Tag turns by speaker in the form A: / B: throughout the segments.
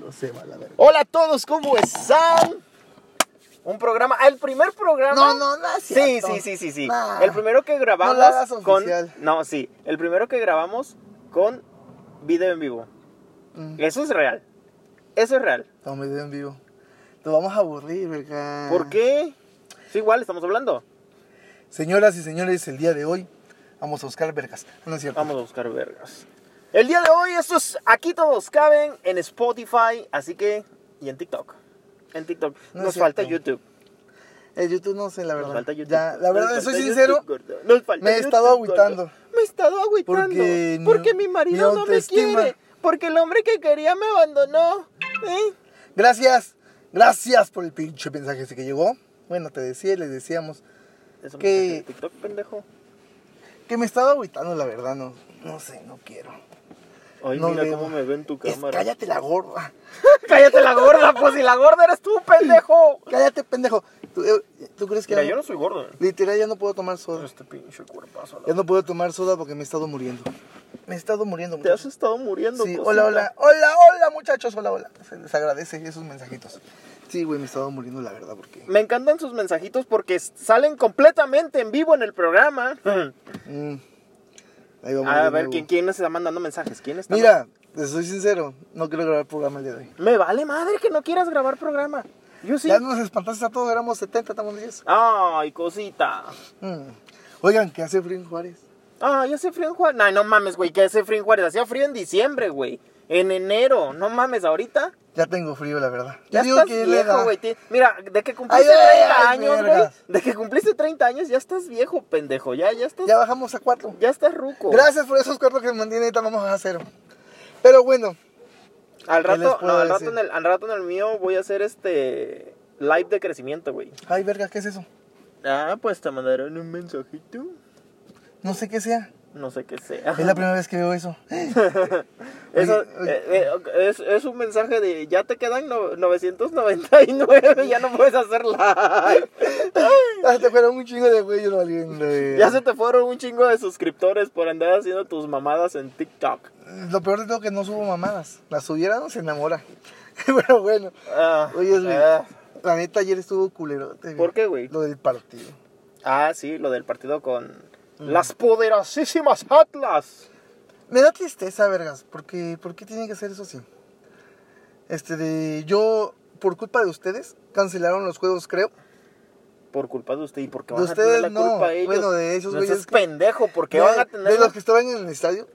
A: No se va a la verga. Hola a todos, ¿cómo están? Un programa, ah, el primer programa.
B: No, no, no es
A: Sí,
B: cierto. Ah.
A: sí, sí, sí, sí.
B: Nah.
A: El primero que grabamos
B: No la hagas
A: con
B: oficial.
A: No, sí, el primero que grabamos con video en vivo.
B: Mm.
A: Eso es real. Eso es real.
B: Estamos video en vivo. Te vamos a aburrir, verga.
A: ¿Por qué? Sí, igual estamos hablando.
B: Señoras y señores, el día de hoy vamos a buscar vergas. No es cierto.
A: Vamos a buscar vergas. El día de hoy, esto es Aquí Todos Caben en Spotify, así que. y en TikTok. En TikTok.
B: No es
A: Nos falta
B: cierto.
A: YouTube.
B: El Eh, YouTube no sé, la verdad.
A: Nos falta YouTube.
B: Ya, la verdad,
A: Nos
B: soy
A: falta
B: sincero.
A: YouTube, gordo. Nos falta
B: me he
A: YouTube,
B: estado
A: gordo.
B: agüitando.
A: Me he estado agüitando.
B: Porque
A: Porque,
B: mi-
A: mi
B: mi
A: marido no me
B: autoestima.
A: quiere. Porque el hombre que quería me abandonó. ¿eh?
B: Gracias, gracias por el pinche mensaje ese que llegó. Bueno, te decía y les decíamos
A: Eso me
B: ¿Qué?
A: saca de TikTok, pendejo.
B: que me estaba agüitando, la verdad, no, no sé, no quiero.
A: Ay,
B: No
A: mira
B: veo.
A: cómo me ve en tu
B: Es-
A: cámara.
B: cállate la gorda.
A: Cállate la gorda, pues si la gorda eres tú, pendejo.
B: Cállate, pendejo. ¿Tú, eh, tú crees que
A: Mira,
B: ya
A: yo
B: no-
A: no soy gordo. ¿eh?
B: Literal, ya no puedo tomar
A: Pero
B: soda.
A: Este pinche cuerpazo. la-
B: Ya no puedo tomar soda porque me he estado muriendo. Me he estado muriendo.
A: Te has
B: muchachos.
A: estado muriendo.
B: Sí,
A: cosita.
B: hola, hola, hola, hola, muchachos, hola, hola. Se les agradece esos mensajitos. Sí, güey, me he estado muriendo, la verdad, porque...
A: Me encantan sus mensajitos porque s- salen completamente en vivo en el programa.
B: Mm. Ahí vamos
A: A
B: de
A: ver,
B: nuevo.
A: ¿quién, quién está mandando mensajes? ¿Quién está?
B: Mira, te soy sincero, no quiero grabar el programa el día de hoy.
A: Me vale madre que no quieras grabar programa. Yo sí.
B: Ya nos espantaste a todos, éramos 70, estamos 10.
A: Ay, cosita.
B: Mm. Oigan, ¿qué hace frío en Juárez?
A: Ay, hace frío en Juárez. Ay, no mames, güey, que hace frío en Juárez. Hacía frío en diciembre, güey. En enero. No mames, ahorita.
B: Ya tengo frío, la verdad.
A: Ya
B: Yo digo
A: estás
B: que le
A: viejo,
B: da.
A: güey. Ti- Mira, de que cumpliste
B: Ay, ay,
A: 30
B: ay,
A: años,
B: verga.
A: güey. De que cumpliste 30 años, ya estás viejo, pendejo. Ya, ya estás.
B: Ya
A: Ya,
B: bajamos a 4.
A: estás ruco.
B: Gracias por esos cuatro que me mantienen, ahorita vamos a cero. Pero bueno,
A: Al
B: ¿Qué les
A: rato,
B: puedo
A: no, al, rato
B: decir?
A: en el, al rato en el mío voy a hacer este live de crecimiento, güey.
B: ay, verga, ¿qué es eso?
A: Ah, pues te mandaron un mensajito.
B: No sé qué sea.
A: No sé qué sea.
B: Es la primera vez que veo eso.
A: Eso,
B: Oye,
A: eh, eh, es, es un mensaje de ya te quedan no- 999, ya no puedes hacer live.
B: Ah, te fueron un chingo de güey, yo no valía en lo de-
A: Ya se te fueron un chingo de suscriptores por andar haciendo tus mamadas en TikTok.
B: Lo peor de todo que no subo mamadas. Las subiera no se enamora. Pero bueno.
A: Ah,
B: Oye, güey.
A: ah.
B: La neta ayer estuvo culerote. güey.
A: ¿Por qué, güey?
B: Lo del partido.
A: Ah, sí, lo del partido con
B: Mm.
A: las poderosísimas Atlas.
B: Me da tristeza, vergas, porque ¿por qué tienen que hacer eso así? Este de yo por culpa de ustedes cancelaron los juegos, creo.
A: Por culpa de usted y porque
B: De
A: van a tener la
B: ustedes, no.
A: culpa a ellos.
B: Bueno, de esos
A: no
B: güeyes
A: seas
B: que-
A: pendejo, porque
B: Eh, De-
A: van a tener
B: de
A: la-
B: los que estaban en el estadio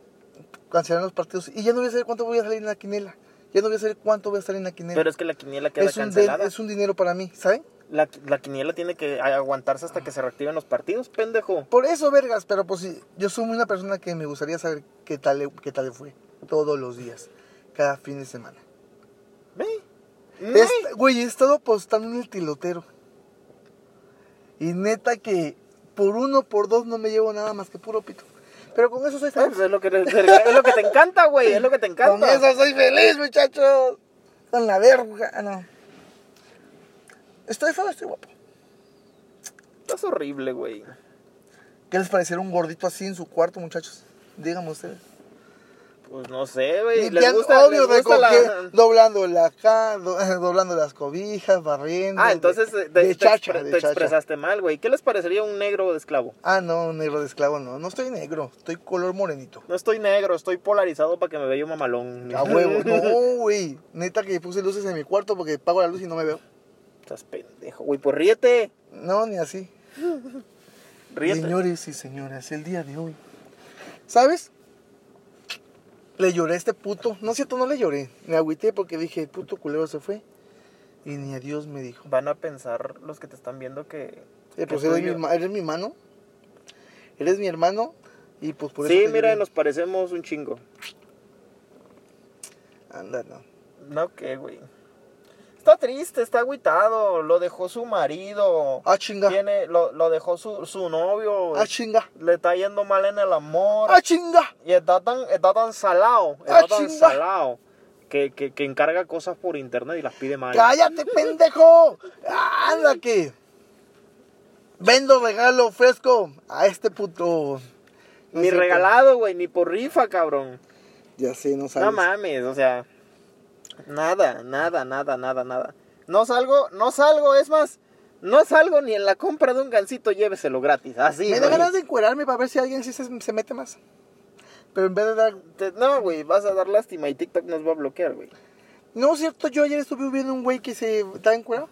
B: cancelaron los partidos y ya no voy a saber cuánto voy a salir en la quinela. Ya no voy a saber cuánto voy a estar en la quinela.
A: Pero es que la quiniela queda
B: es, un de-
A: cancelada.
B: es un dinero para mí, ¿saben?
A: La, la quiniela tiene que aguantarse hasta que se reactiven los partidos, pendejo.
B: Por eso, vergas, pero pues sí, yo soy una persona que me gustaría saber qué tal, le- qué tal le fue todos los días, cada fin de semana.
A: Ve. Mm.
B: Es-
A: Este,
B: Güey, he estado apostando en el tilotero. Y neta que por uno, por dos no me llevo nada más que puro pito. Pero con eso soy
A: Ah,
B: feliz.
A: pues es, lo que, es lo que te encanta, güey. Es lo que te
B: Con
A: encanta.
B: eso soy feliz, muchachos. Con la verga. Ah, no. Estoy feo, estoy guapo.
A: Estás horrible, güey.
B: ¿Qué les pareciera un gordito así en su cuarto, muchachos? Díganme ustedes.
A: Pues no sé, güey. Les
B: Limpiando,
A: gusta,
B: obvio,
A: les gusta
B: recoger,
A: la...
B: doblando la ca- do- doblando las cobijas, barriendo.
A: Ah,
B: de-
A: entonces eh,
B: de
A: te, te
B: chacha,
A: expre-
B: de
A: te
B: chacha.
A: expresaste mal, güey. ¿Qué les parecería un negro de esclavo?
B: Ah, no, negro de esclavo, no. No estoy negro, estoy color morenito.
A: No estoy negro, estoy polarizado para que me vea yo mamalón.
B: A huevo. No, güey. Neta que puse luces en mi cuarto porque pago la luz y no me veo.
A: Estás pendejo, güey. Pues ríete.
B: No, ni así.
A: Ríete.
B: Señores y señoras, el día de hoy. ¿Sabes? Le lloré a este puto. No es cierto, no le lloré. Me agüité porque dije, el puto culero se fue. Y ni adiós me dijo.
A: Van a pensar los que te están viendo que...
B: Eh,
A: que
B: pues
A: tú
B: eres
A: y
B: mi,
A: yo-
B: herma- eres mi mano. Eres mi hermano. Y pues por eso.
A: Sí,
B: te
A: mira,
B: lloré.
A: nos parecemos un chingo.
B: Anda, no.
A: No, ¿qué, güey? Está triste, está agüitado. Lo dejó su marido.
B: Ah, chinga.
A: Tiene, lo, lo dejó su, su novio.
B: Ah, chinga.
A: Le está yendo mal en el amor.
B: Ah, chinga.
A: Y está tan, está tan salado. Está
B: Ah,
A: tan
B: chinga.
A: salado. Que, que, que encarga cosas por internet y las pide mal.
B: ¡Cállate, pendejo! ¡Anda que! Vendo regalo fresco a este puto. No
A: ni
B: sé,
A: regalado, güey, ni por rifa, cabrón.
B: Ya sé, no sabes.
A: No mames, o sea. Nada, nada, nada, nada, nada. No salgo, no salgo, es más, no salgo ni en la compra de un gancito, lléveselo gratis. Así.
B: me da
A: güey.
B: ganas de encuerarme para ver si alguien sí se, se mete más. Pero en vez de dar.
A: Te- No, güey, vas a dar lástima y TikTok nos va a bloquear, güey.
B: No es cierto, yo ayer estuve viendo un güey que se está encuerado.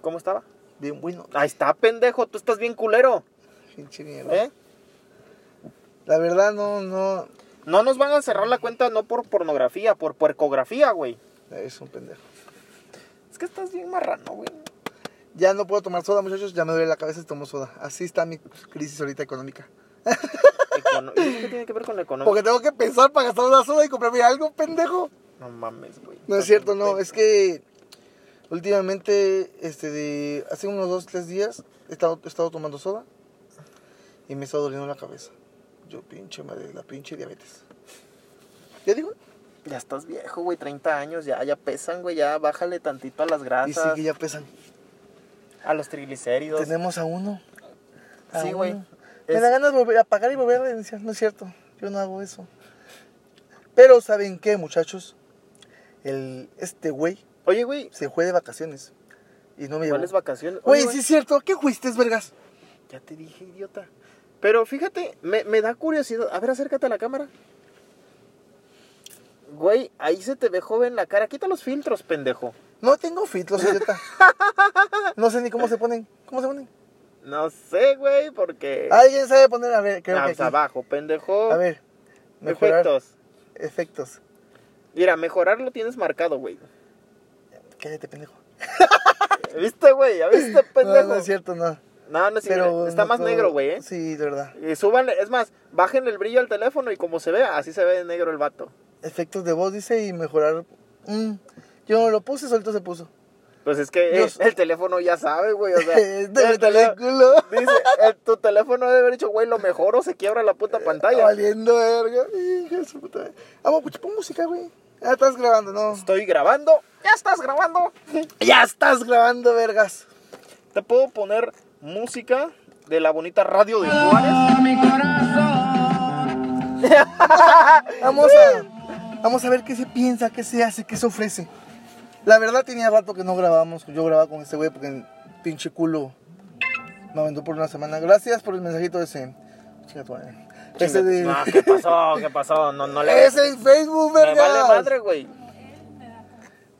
A: ¿Cómo estaba?
B: Bien bueno,
A: Ahí está, pendejo, tú estás bien culero,
B: pinche mierda.
A: ¿eh?
B: La verdad, no, no.
A: No nos van a cerrar la cuenta no por pornografía, por puercografía, güey.
B: Es un pendejo.
A: Es que estás bien marrano, güey.
B: Ya no puedo tomar soda, muchachos. Ya me duele la cabeza si tomo soda. Así está mi crisis ahorita económica.
A: Econo- ¿Qué tiene que ver con la economía?
B: Porque tengo que pensar para gastar una soda y comprarme algo, pendejo.
A: No mames, güey.
B: No es cierto, no. Es que últimamente, este, de hace unos dos, tres días, he estado, he estado tomando soda y me está doliendo la cabeza. Yo, pinche madre, la pinche diabetes. ¿Ya digo?
A: Ya estás viejo, güey, 30 años, ya, ya pesan, güey, ya bájale tantito a las
B: Y sí
A: grasas,
B: que ya pesan.
A: a los triglicéridos.
B: Tenemos a uno. a
A: Sí, güey.
B: uno. Me
A: Es-
B: da ganas de volver a pagar y volver a reiniciar. No es cierto. Yo no hago eso. Pero, ¿saben qué, muchachos? El, este güey
A: Oye, güey,
B: se fue de vacaciones. Y no me llevó.
A: ¿cuáles vacaciones? Oye,
B: Güey, sí es cierto. ¿A qué fuiste, vergas?
A: Ya te dije, idiota. Pero fíjate, me, me da curiosidad. A ver, acércate a la cámara. Güey, ahí se te ve joven la cara. Quita los filtros, pendejo.
B: No tengo filtros, idiota. No sé ni cómo se ponen. ¿Cómo se ponen?
A: No sé, güey, porque...
B: Alguien sabe poner, a ver, creo
A: Ah,
B: que
A: pues
B: aquí.
A: abajo, pendejo.
B: A ver. Mejorar. Efectos.
A: Efectos. Mira, mejorarlo tienes marcado, güey.
B: Cállate, pendejo.
A: ¿Viste, güey? ¿Ya viste, pendejo?
B: No, no es cierto, no.
A: No, no es cierto.
B: Pero
A: Pues Está
B: no
A: más
B: todo-
A: negro, güey, ¿eh?
B: Sí, de verdad.
A: Y súbanle, es más, bajen el brillo al teléfono y como se vea, así se ve de negro el vato.
B: efectos de voz, dice, y mejorar. Mm, yo no lo puse, solito se puso.
A: Pues es que eh,
B: Dios.
A: el teléfono ya sabe, güey, o sea.
B: Eh, de
A: el
B: metal el
A: teléfono-
B: culo.
A: dice, eh, tu teléfono debe haber dicho, güey, lo mejor o se quiebra la
B: Eh,
A: puta pantalla.
B: Valiendo verga. Hija de su puta madre. Vamos, pues pon música, güey. Ya estás grabando, ¿no?
A: Estoy grabando. Ya estás grabando.
B: Ya estás grabando, vergas.
A: Te puedo poner música de la bonita radio de Juárez.
B: Vamos a, vamos a ver qué se piensa, qué se hace, qué se ofrece. La verdad tenía rato que no grabábamos. Yo grababa con este güey porque el pinche culo me aventó por una semana. Gracias por el mensajito ese. Chinga tu madre. Ese de...
A: No, ¿qué pasó? ¿Qué pasó? No, no le.
B: Ese en Facebook,
A: Me
B: vergas.
A: vale madre, güey.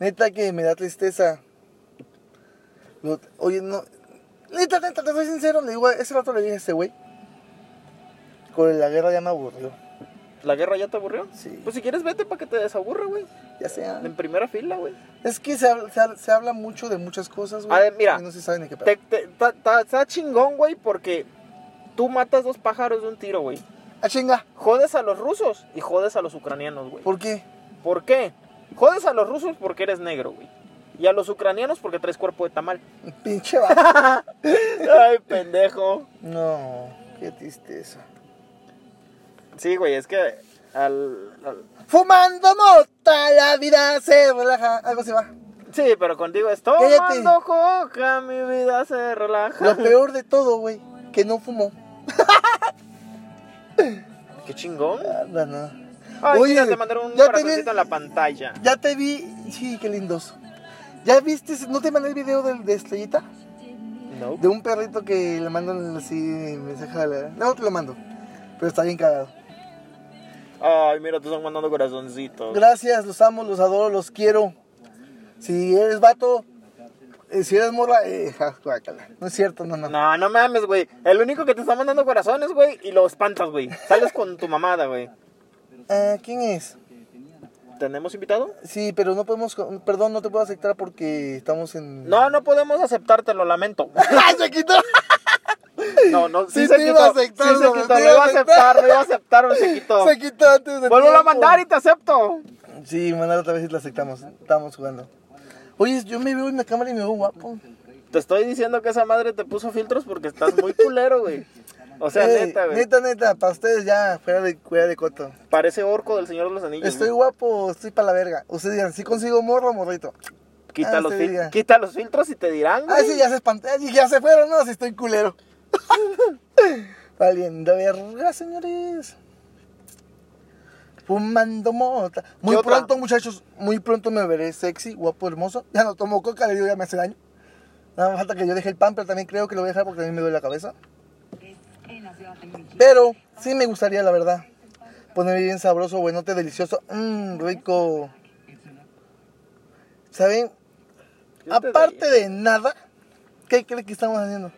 B: Neta que me da tristeza. Lo- oye, no. Neta, neta, te soy sincero. Le digo, ese rato le dije a este güey. Con la guerra ya me aburrió.
A: ¿La guerra ya te aburrió?
B: Sí. Ah.
A: Pues si quieres, vete para que te desaburra, güey.
B: Ya sea.
A: En primera fila, güey.
B: Es que se habla, se habla- se habla mucho de muchas cosas, güey.
A: A ver, mira.
B: Y no se sabe ni qué pedo.
A: Te- te- ta- ta- Está chingón, güey, porque tú matas dos pájaros de un tiro, güey.
B: Ah, chinga.
A: Jodes a los rusos y jodes a los ucranianos, güey.
B: ¿Por qué?
A: ¿Por qué? Jodes a los rusos porque eres negro, güey. Y a los ucranianos porque traes cuerpo de tamal.
B: Pinche va.
A: Ay, pendejo.
B: no, qué tristeza.
A: Sí, güey, es que al, al-
B: Fumando mota, la vida se relaja. Algo se va.
A: Sí, pero contigo es tomando
B: Cállate.
A: coca, mi vida se relaja.
B: Lo peor de todo, güey, que no fumó.
A: Qué chingón.
B: Nada, nada.
A: Ay,
B: Ah, Oye,
A: mira, te mandaron un
B: ya te vi-
A: corazoncito en la pantalla.
B: Ya te vi, sí, qué lindos. ¿Ya viste? ese- ¿No te mandé el video del de Estrellita?
A: No.
B: De un perrito que le mandan así mensaje a la... No, te lo mando. Pero está bien cagado.
A: Ay, mira, te están mandando corazoncitos.
B: Gracias, los amo, los adoro, los quiero. Si eres vato, eh, si eres morra, eh, ja, guácala. No es cierto, no, no.
A: No, no mames, güey. El único que te está mandando corazones, güey, y lo espantas, güey. Sales con tu mamada, güey.
B: Ah, ¿Quién es?
A: ¿Tenemos invitado?
B: Sí, pero no podemos... con- Perdón, no te puedo aceptar porque estamos en...
A: No, no podemos aceptarte, lo lamento.
B: ¡Ah, se quitó!
A: No, no, sí,
B: Sí
A: se
B: te
A: quitó.
B: iba a aceptar,
A: sí se
B: lo
A: quitó,
B: te
A: lo iba a
B: aceptar.
A: aceptar, lo iba a aceptar, se quitó.
B: Se quitó antes de
A: Vuelvo a
B: tiempo.
A: mandar y te acepto.
B: Sí, mandar otra vez y la aceptamos. Estamos jugando. Oye, yo me veo en la cámara y me veo guapo.
A: Te estoy diciendo que esa madre te puso filtros porque estás muy culero, güey. O sea,
B: Ey,
A: neta, güey.
B: Eh, Neta, neta, para ustedes ya, fuera de, fuera de coto.
A: Parece orco del Señor de los Anillos.
B: Estoy
A: güey.
B: guapo, estoy para la verga. Ustedes digan, si consigo morro, morrito.
A: Quita,
B: Ah,
A: los
B: se
A: fil-
B: diga.
A: quita los filtros y te dirán,
B: Ah,
A: güey.
B: sí, ya se espantó. Ah, sí, Ya se fueron, no, si estoy culero. Valiendo verga, señores. fumando mota. Muy
A: ¿Qué otra?
B: pronto, muchachos, muy pronto me veré sexy, guapo, hermoso. Ya no tomo coca, le digo, ya me hace daño. Nada más falta que yo deje el pan, pero también creo que lo voy a dejar porque a mí me duele la cabeza. Pero sí me gustaría, la verdad, ponerme bien sabroso, buenote, delicioso. Mmm, rico. ¿Saben?
A: Yo te
B: Aparte
A: daría.
B: de nada, ¿qué creen que estamos haciendo?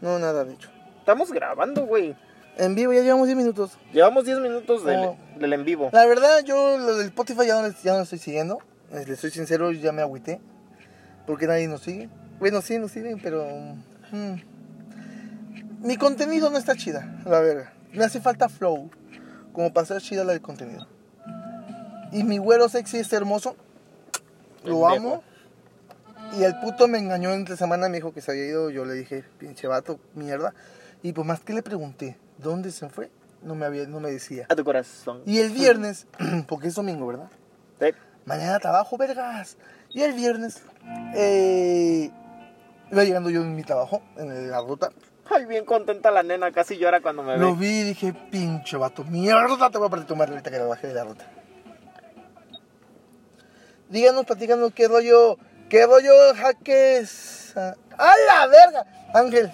B: No, nada, de hecho.
A: Estamos grabando, güey.
B: En vivo ya llevamos 10 minutos.
A: Llevamos 10 minutos del,
B: Oh.
A: del en vivo.
B: La verdad, yo lo del Spotify ya no, les- ya no lo estoy siguiendo. Les les soy sincero, ya me agüité. Porque nadie nos sigue. Bueno, sí, nos siguen, pero. mm, Mi contenido no está chida, la verga. Me hace falta flow. Como para ser chida la del contenido. Y mi güero sexy es hermoso. Lo amo.
A: Pendejo.
B: Y el puto me engañó entre semana, me dijo que se había ido. Yo le dije, pinche vato, mierda. Y por más que le pregunté dónde se fue, no me, había, no me decía.
A: A tu corazón.
B: Y el viernes, porque es domingo, ¿verdad?
A: Sí.
B: Mañana trabajo, vergas. Y el viernes, eh, iba llegando yo en mi trabajo, en la ruta.
A: Ay, bien contenta la nena, casi llora cuando me
B: Lo
A: ve.
B: vi y dije, pinche vato, mierda, te voy a partir tu madre ahorita que la bajé de la ruta. Díganos, platícanos qué rollo, qué rollo jaques. ¡A la verga! Ángel,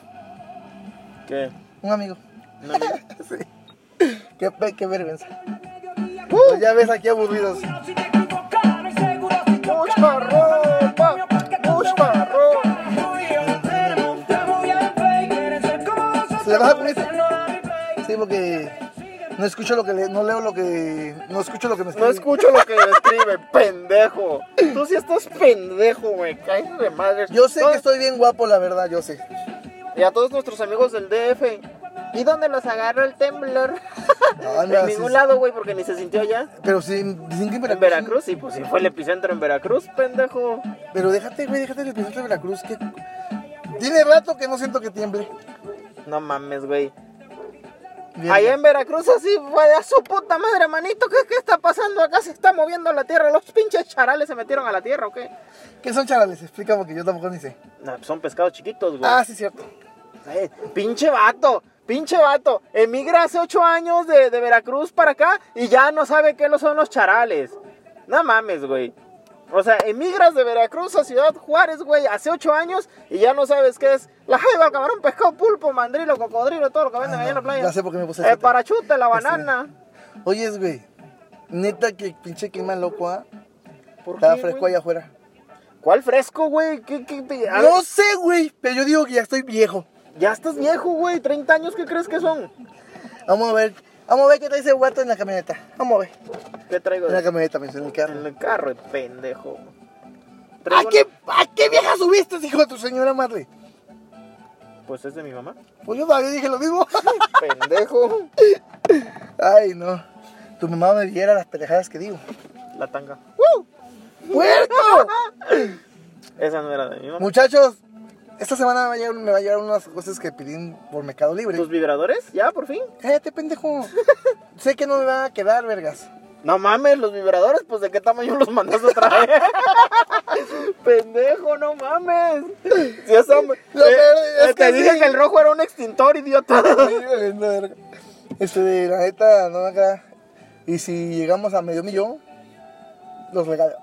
A: ¿Qué?
B: un amigo.
A: ¿Un amigo?
B: sí. Qué, pe- qué vergüenza.
A: ¡Uh!
B: Pues ya ves aquí aburridos.
C: Mucha ropa, mucha ropa.
B: Se la baja con este. Sí, porque no escucho lo que le- no leo lo que no escucho lo que me
A: No
B: escriben.
A: escucho lo que me escribe, pendejo. Tú sí estás pendejo, güey. Caes de madre.
B: Yo sé
A: Todo-
B: que estoy bien guapo, la verdad, yo sé.
A: Y a todos nuestros amigos del DF. ¿Y dónde los agarró el temblor?
B: Ah,
A: en
B: mira, sí,
A: ningún
B: sí.
A: lado, güey, porque ni se sintió allá.
B: Pero sí, dicen que
A: En Veracruz, sí, pues sí fue el epicentro en Veracruz, pendejo.
B: Pero déjate, güey, déjate el presidente de Veracruz que tiene rato que no siento que tiemble.
A: No mames, güey.
B: Bien.
A: Allá en Veracruz así fue de a su puta madre, manito. ¿Qué, ¿Qué está pasando acá? Se está moviendo la tierra. Los pinches charales se metieron a la tierra, ¿o qué?
B: ¿Qué son charales? Explica porque yo tampoco ni sé.
A: No, pues son pescados chiquitos, güey.
B: Ah, sí cierto.
A: Eh, pinche vato, pinche vato. Emigra hace ocho años de, de Veracruz para acá y ya no sabe qué lo son los charales. No mames, güey. O sea, emigras de Veracruz a Ciudad Juárez, güey, hace ocho años y ya no sabes qué es la jaiba, camarón, pescado, pulpo, mandrilo, cocodrilo, todo lo que venden
B: Ah,
A: allá en la
B: no,
A: playa.
B: ya sé por qué me puse Este,
A: El
B: ese-
A: parachute, la
B: ese-
A: banana.
B: Oyes, güey. Neta que pinche clima loco, ¿ah?
A: ¿Por
B: Estaba
A: qué,
B: fresco
A: güey?
B: allá afuera.
A: ¿Cuál fresco, güey? ¿Qué, qué, te- a-
B: No sé, güey, pero yo digo que ya estoy viejo.
A: Ya estás viejo, güey. 30 años, ¿qué crees que son?
B: Vamos a ver. Vamos a ver qué trae ese guato en la camioneta. Vamos a ver.
A: ¿Qué traigo?
B: En la camioneta, pensé en el carro.
A: En el carro, pendejo.
B: ¿A
A: Traigo
B: Ah, qué, ¿A qué vieja subiste, hijo de tu señora madre?
A: una- Pues es de mi mamá.
B: Pues yo también dije lo mismo.
A: Pendejo.
B: Ay, no. Tu mamá me viera las pendejadas que digo.
A: La tanga.
B: ¡Puerco!
A: Esa no era de mi mamá.
B: Muchachos, esta semana me va, a llegar, me va a llegar unas cosas que pedí por Mercado Libre.
A: ¿Tus vibradores? ¿Ya, por fin?
B: Cállate, pendejo. sé que no me van a quedar, vergas.
A: No mames, los vibradores, pues de qué tamaño los mandaste otra vez. Pendejo, no mames. Si esa- eh,
B: Lo peor es
A: te
B: que
A: dije
B: sí.
A: que el rojo era un extintor, idiota.
B: Ay, valiendo verga. este, de la neta, no acá. Y si llegamos a medio millón, los regalo.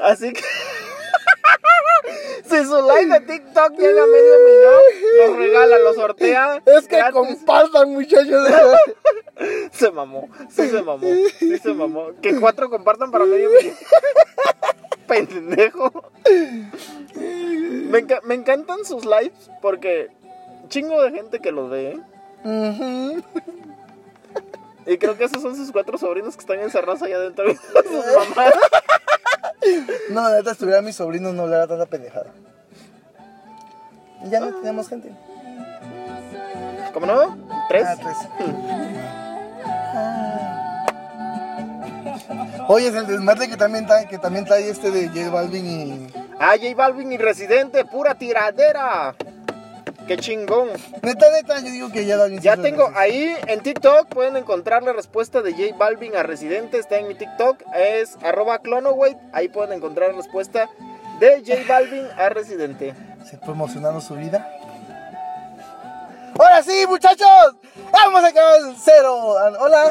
A: Así que. Si su like de TikTok llega a medio millón, los regala, los sortea.
B: Es que
A: gratis.
B: compartan, muchachos.
A: Se mamó, sí se mamó, sí se mamó. Que cuatro compartan para medio millón. Pendejo. Me, enca- me encantan sus lives porque chingo de gente que los ve. ¿eh?
B: Ujú.
A: Y creo que esos son sus cuatro sobrinos que están encerrados allá adentro viendo a sus mamás.
B: No, la neta, si tuviera a mis sobrinos no hablara tanta pendejada. Y Ya no tenemos gente.
A: ¿Cómo no? ¿Tres?
B: Ah, tres. Ah. Oye, es el desmadre que también trae, que también trae este de J Balvin y.
A: Ah, J Balvin y Residente, pura tiradera. Qué chingón.
B: Neta, neta, yo digo que ya Balvin.
A: Ya
B: sí se
A: tengo
B: merece.
A: ahí en TikTok, pueden encontrar la respuesta de J Balvin a Residente, está en mi TikTok, es arroba clonoweight, ahí pueden encontrar la respuesta de J Balvin a Residente.
B: Se promocionando su vida. Ahora sí, muchachos. Vamos a acabar en cero. Ah, Hola.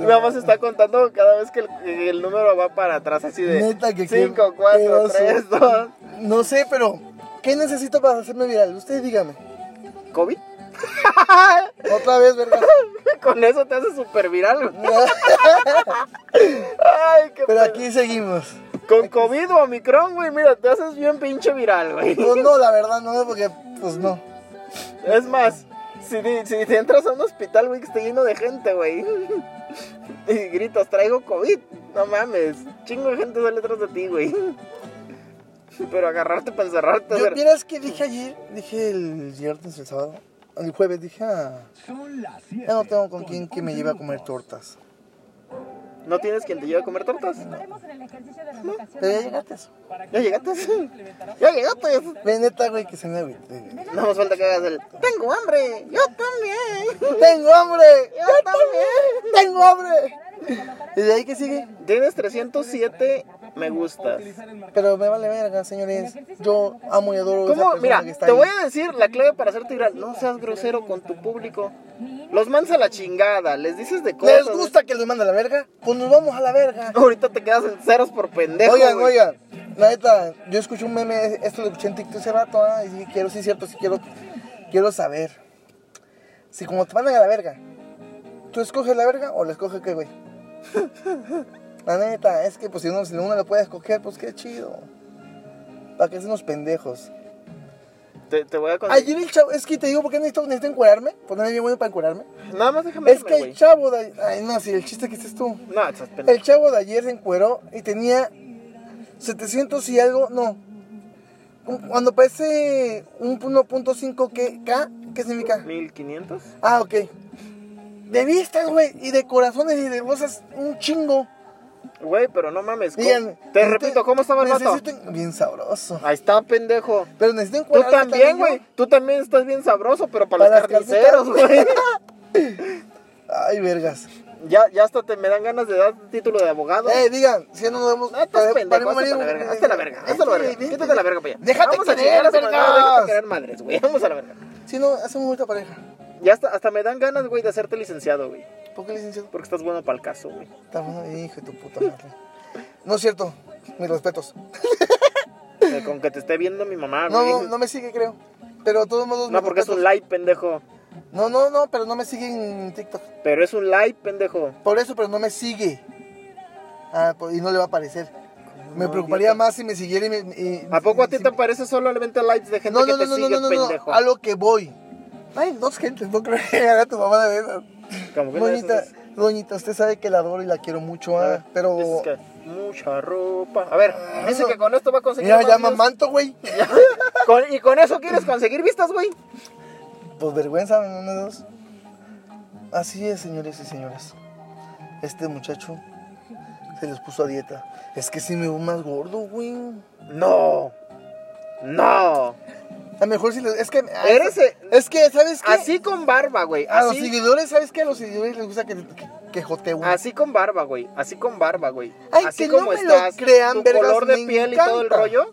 A: Nada más está contando cada vez que el, que el número va para atrás, así de
B: Neta que qué
A: 5, 4,
B: pedazo.
A: 3, 2.
B: No sé, pero ¿qué necesito para hacerme viral? Usted dígame.
A: ¿COVID?
B: Otra vez, ¿verdad?
A: Con eso te hace súper viral. güey. Ay, qué
B: Pero
A: pe-
B: aquí seguimos.
A: Con COVID o Omicron, güey, mira, te haces bien pinche viral, güey.
B: No, no, la verdad no, porque pues no.
A: Es más, si, di- si te entras a un hospital, güey, que esté lleno de gente, güey. Y gritas, traigo COVID. No mames, chingo de gente sale atrás de ti, güey. Pero agarrarte para encerrarte. a
B: Yo
A: ver,
B: vieras que dije ayer, dije el viernes, el sábado, el jueves, dije, ah, ya no tengo con quién que me lleve a comer tortas.
A: ¿No tienes quien te lleve a comer tortas?
D: Estaremos en el ejercicio de la vocación.
B: Pero ya llegaste a eso.
A: Ya llegaste. Ya llegaste.
B: Ve, neta, güey, que se me agüite.
A: No más falta que hagas el. Tengo hambre. Yo también.
B: ¡Tengo hambre!
A: Yo también.
B: ¡Tengo hambre! ¿Y de ahí que sigue?
A: Tienes 307 me gustas.
B: Pero me vale verga, señores. Yo amo y adoro a esa
A: ¿Cómo?
B: persona
A: Mira,
B: que está
A: te
B: ahí.
A: voy a decir la clave para hacerte viral. No seas grosero con tu público. Los mandas a la chingada, les dices de cosas.
B: ¿Les gusta que los mande a la verga? Pues nos vamos a la verga.
A: Ahorita te quedas en ceros por pendejo.
B: oigan,
A: güey.
B: oigan, la neta, yo escuché un meme, esto lo escuché en TikTok hace rato, ah, y dije, quiero, sí, cierto, sí, quiero, quiero saber. Si como te mandan a la verga, ¿tú escoges la verga o la escoges qué, güey? La neta, es que pues si uno, si uno la puede escoger, pues qué chido. Para que sean unos pendejos.
A: Te, te voy a contar.
B: Ayer el chavo, es que te digo, ¿por qué necesito, necesito encuerarme? Pues, Ponerme bien bueno para encuerarme.
A: Nada más déjame
B: Es
A: irme,
B: que el
A: güey.
B: chavo de... Ay, no, si el chiste que estés tú.
A: No, estás pendejo.
B: El chavo de ayer se encueró y tenía 700 y algo, no. Un- Cuando parece un 1.5 que- K, ¿qué significa?
A: ¿1500?
B: Ah, ok. De vistas, güey, y de corazones y de cosas, un chingo.
A: Güey, pero no mames. ¿cómo-
B: Digan,
A: te
B: necesito-
A: repito, ¿cómo estaba el vato?
B: necesito- Bien sabroso.
A: Ahí está, pendejo.
B: Pero necesito
A: Tú
B: encuadrarme
A: también,
B: yo.
A: güey. Tú también estás bien sabroso, pero para,
B: Para
A: los
B: las
A: carniceros, güey.
B: Ay, vergas.
A: ya, ya hasta te me dan ganas de dar título de abogado.
B: Eh, digan, si no nos vemos.
A: No, estás pendejo, hazte para la verga, hazte la verga, hazte la verga, quítate la verga para allá.
B: Déjate
A: Vamos a
B: querer,
A: chingar a su madre,
B: vergas.
A: déjate querer madres, güey, vamos a la verga.
B: Si no, hacemos mucha pareja.
A: Ya hasta, hasta me dan ganas, güey, de hacerte licenciado, güey,
B: ¿Por qué licenciado?
A: porque estás bueno para el caso, güey.
B: Está bueno, hijo de tu puta madre. No es cierto, mis respetos.
A: Eh, Con que te esté viendo mi mamá,
B: No,
A: güey.
B: no, no me sigue, creo. Pero de todos modos.
A: Ah, No,
B: mis
A: porque es un
B: respetos.
A: like, pendejo.
B: No, no, no, pero no me sigue en TikTok.
A: Pero es un like, pendejo.
B: Por eso, pero no me sigue. Ah, pues, y no le va a aparecer. Me
A: no,
B: preocuparía
A: idiota?
B: más si me siguiera y me. y-
A: ¿A poco a ti
B: si-
A: te parece solamente likes de gente
B: No,
A: que
B: no, no,
A: te
B: no, no,
A: sigue,
B: no, no,
A: pendejo?
B: no, a lo que voy. Ay, dos gentes, no creo que haga tu mamá de esas.
A: Como que no,
B: Doñita,
A: eso
B: doñita, usted sabe que la adoro y la quiero mucho,
A: A
B: ah,
A: ver,
B: pero.
A: dices que mucha ropa. A ver, dice que con esto va a conseguir
B: Mira,
A: Pues, más
B: ya
A: views.
B: mamanto, güey.
A: Con- y con eso quieres conseguir vistas, güey.
B: Pues vergüenza, no me dos. Así es, señores y señoras. Este muchacho se les puso a dieta. Es que sí me veo más gordo, güey.
A: No. No.
B: A lo mejor si les... Es que...
A: Eres el-
B: Es que, Ah, ¿sabes qué?
A: Así con barba, güey.
B: a los
A: Así,
B: seguidores, ¿sabes qué? A los seguidores les gusta que, que, que jotee, güey.
A: así con barba, güey. Así con barba, güey.
B: Ay,
A: así
B: que no me lo crean,
A: tu
B: vergas,
A: color de
B: me
A: piel y todo el
B: encanta.
A: rollo.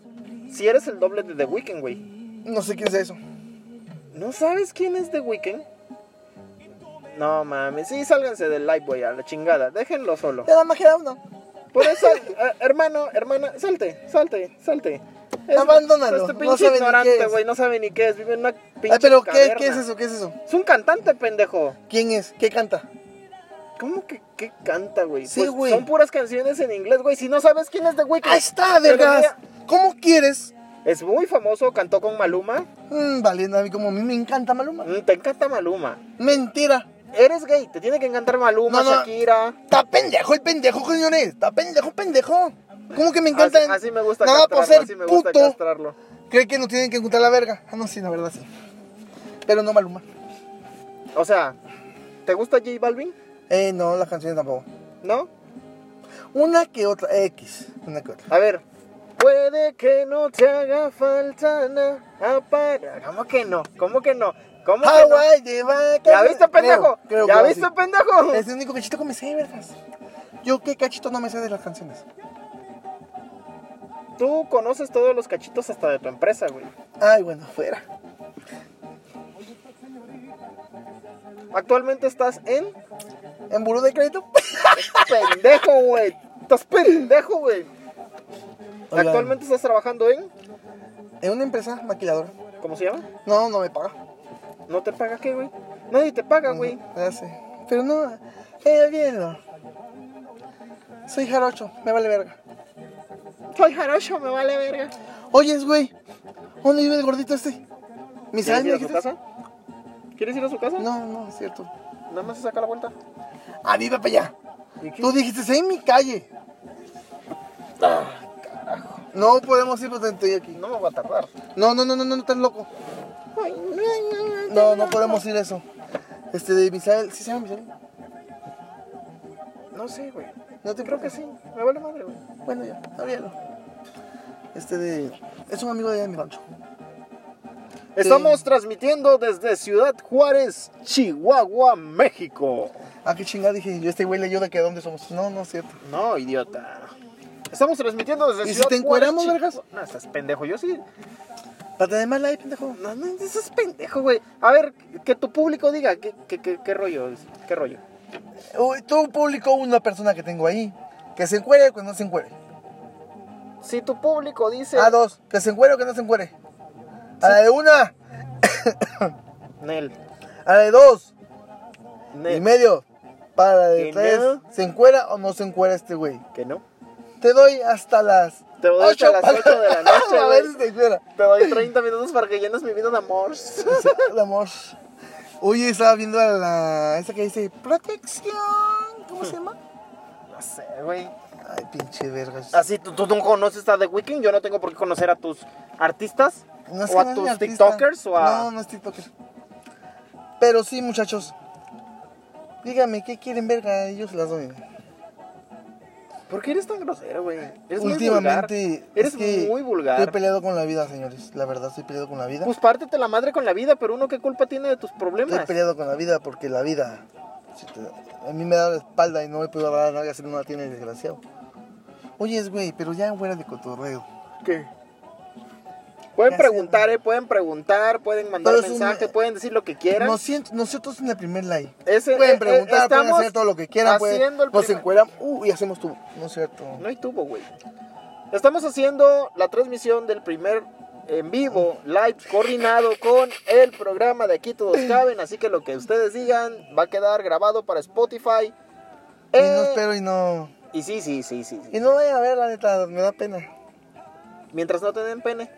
A: Si eres el doble de The Weeknd, güey.
B: No sé quién es eso.
A: ¿No sabes quién es The Weeknd? No mames, sí, sálganse del live, güey, a la chingada. Déjenlo solo.
B: Ya nada más queda uno.
A: Por eso, eh, hermano, hermana, salte, salte, salte. Es-
B: Abandónalo,
A: Este
B: no
A: pinche
B: sabe ni qué
A: ignorante,
B: es.
A: güey, no sabe ni qué es. Vive en una pinche.
B: Ay, pero ¿qué,
A: caverna.
B: ¿qué es eso? ¿Qué es eso?
A: Es un cantante, pendejo.
B: ¿Quién es? ¿Qué canta?
A: ¿Cómo que qué canta, güey?
B: Sí,
A: Pues
B: güey.
A: Son puras canciones en inglés, güey. Si no sabes quién es The Weeknd.
B: ¡Ahí está,
A: Pero
B: vergas!
A: mira,
B: ¿Cómo quieres?
A: Es muy famoso, cantó con Maluma.
B: Mm, valiendo a mí como a mí me encanta Maluma.
A: Mm, Te encanta Maluma.
B: Mentira.
A: Eres gay, te tiene que encantar Maluma,
B: No, no.
A: Shakira.
B: Está pendejo el pendejo, señores. Está pendejo, pendejo. ¿Cómo que me encanta?
A: Así, así me gusta
B: Nada
A: castrarlo,
B: por ser
A: así me gusta
B: puto.
A: castrarlo.
B: Cree que no tienen que encontrar la verga. Ah, no, sí, la verdad sí. Pero no Maluma.
A: O sea, ¿te gusta J Balvin?
B: Eh, no, las canciones tampoco.
A: ¿No?
B: Una que otra, X. Una que otra.
A: A ver. Puede que no te haga falta nada. apar- ¿Cómo que no? ¿Cómo que no? ¿Cómo que no?
B: Hawaii de vaca.
A: ¿Ya viste, pendejo?
B: Ah, Creo- creo
A: ¿Ya
B: que
A: viste,
B: sí.
A: pendejo?
B: Es el único cachito que me sé, vergas. Yo qué cachito no me sé de las canciones.
A: Tú conoces todos los cachitos hasta de tu empresa, güey.
B: Ay, bueno, fuera.
A: Actualmente estás en. este
B: ¿En buró de crédito?
A: pendejo, güey. Estás pendejo, güey.
B: Oigan.
A: Actualmente estás trabajando en.
B: En una empresa maquilladora.
A: ¿Cómo se llama?
B: No, no me paga.
A: ¿No te paga qué, güey? Nadie te paga, güey.
B: Ya sé. Ah, Pero no, eh, olvídenlo. Soy jarocho, me vale verga.
A: Soy jarocho, me vale verga.
B: Oyes, güey, ¿dónde vive el gordito este? ¿Mis
A: ¿Quieres ir a
B: años?
A: su casa? ¿Quieres ir a su casa?
B: No, no, es cierto.
A: Nada más se saca la vuelta.
B: Ah, vive para allá. Tú dijiste, "Sí, en mi calle. No podemos ir porque estoy aquí.
A: No me voy a tardar.
B: No, no, no, no, no, no, estás loco. No, no podemos ir eso. Este de Misael, ¿sí se llama Misael?
A: No sé, güey.
B: No te
A: Creo que sí. Me vale madre, güey.
B: Bueno, ya, abríalo. Este de. Es un amigo de allá de mi rancho.
A: Estamos transmitiendo desde Ciudad Juárez, Chihuahua, México.
B: Ah, qué chingada, dije yo, este güey le ayuda que a dónde somos. No, no es cierto.
A: No, idiota. Estamos transmitiendo desde
B: ¿Y si
A: Ciudad
B: te
A: Juárez,
B: encueramos,
A: Chihu-
B: vergas?
A: No, estás pendejo. Yo sí.
B: Para tener más like, pendejo.
A: No, no, estás pendejo, güey. A ver, que tu público diga qué, qué, qué, qué rollo es, qué rollo.
B: Uy, Tú publicó una persona que tengo ahí. Que se encuere o que no se encuere.
A: Si tu público dice...
B: A dos, que se encuere o que no se encuere. A la de una,
A: Nel,
B: a la de dos y
A: Nel,
B: medio. Para la de
A: Que
B: tres,
A: no.
B: ¿se encuera o no se encuera este güey?
A: que no.
B: Te doy hasta las.
A: Te doy hasta las
B: para-
A: ocho de la noche,
B: A
A: güey.
B: ver si te encuera.
A: Te doy 30 minutos para que llenes mi vida de amor.
B: El "Ah, amor. Oye, estaba viendo a la. Esa que dice protección. ¿Cómo se llama?
A: No sé, güey.
B: Ay, pinche vergas.
A: Así, tú, tú no conoces a The Weeknd, yo no tengo por qué conocer a tus artistas,
B: No es
A: o
B: que
A: a
B: no es
A: tus
B: mi artista.
A: tiktokers, o a...
B: No, no es tiktoker. Pero sí, muchachos. Díganme, ¿qué quieren verga? Ellos las doy.
A: ¿Por qué eres tan grosero, güey? Eres muy
B: Últimamente.
A: vulgar. Eres
B: es que
A: muy
B: Estoy
A: vulgar.
B: peleado con la vida, señores. La verdad, estoy peleado con la vida.
A: Pues pártete la madre con la vida, pero uno qué culpa tiene de tus
B: Estoy
A: problemas.
B: peleado con la vida porque la vida. si te- a mí me da la espalda y no me puedo agarrar a nadie, así no la tiene el desgraciado. Oye, güey, pero ya fuera de cotorreo.
A: ¿Qué? Pueden
B: Ya sé,
A: preguntar, eh, pueden preguntar, pueden mandar
B: Pero es un-
A: mensaje, pueden decir lo que quieran.
B: Nos siento- nosotros en el primer live.
A: Ese-
B: pueden
A: eh,
B: preguntar,
A: eh,
B: pueden
A: estamos
B: hacer todo lo que quieran. Pueden,
A: haciendo el
B: nos
A: primer-
B: encueran uh, y hacemos tú. No es cierto.
A: No hay tubo, güey. Estamos haciendo la transmisión del primer en vivo, live, coordinado con el programa de Aquí Todos Caben. Así que lo que ustedes digan va a quedar grabado para Spotify.
B: Y no
A: Eh,
B: espero y no.
A: y sí, sí, sí, sí. sí.
B: Y no vayan a ver, la neta, me da pena.
A: Mientras no te den pene.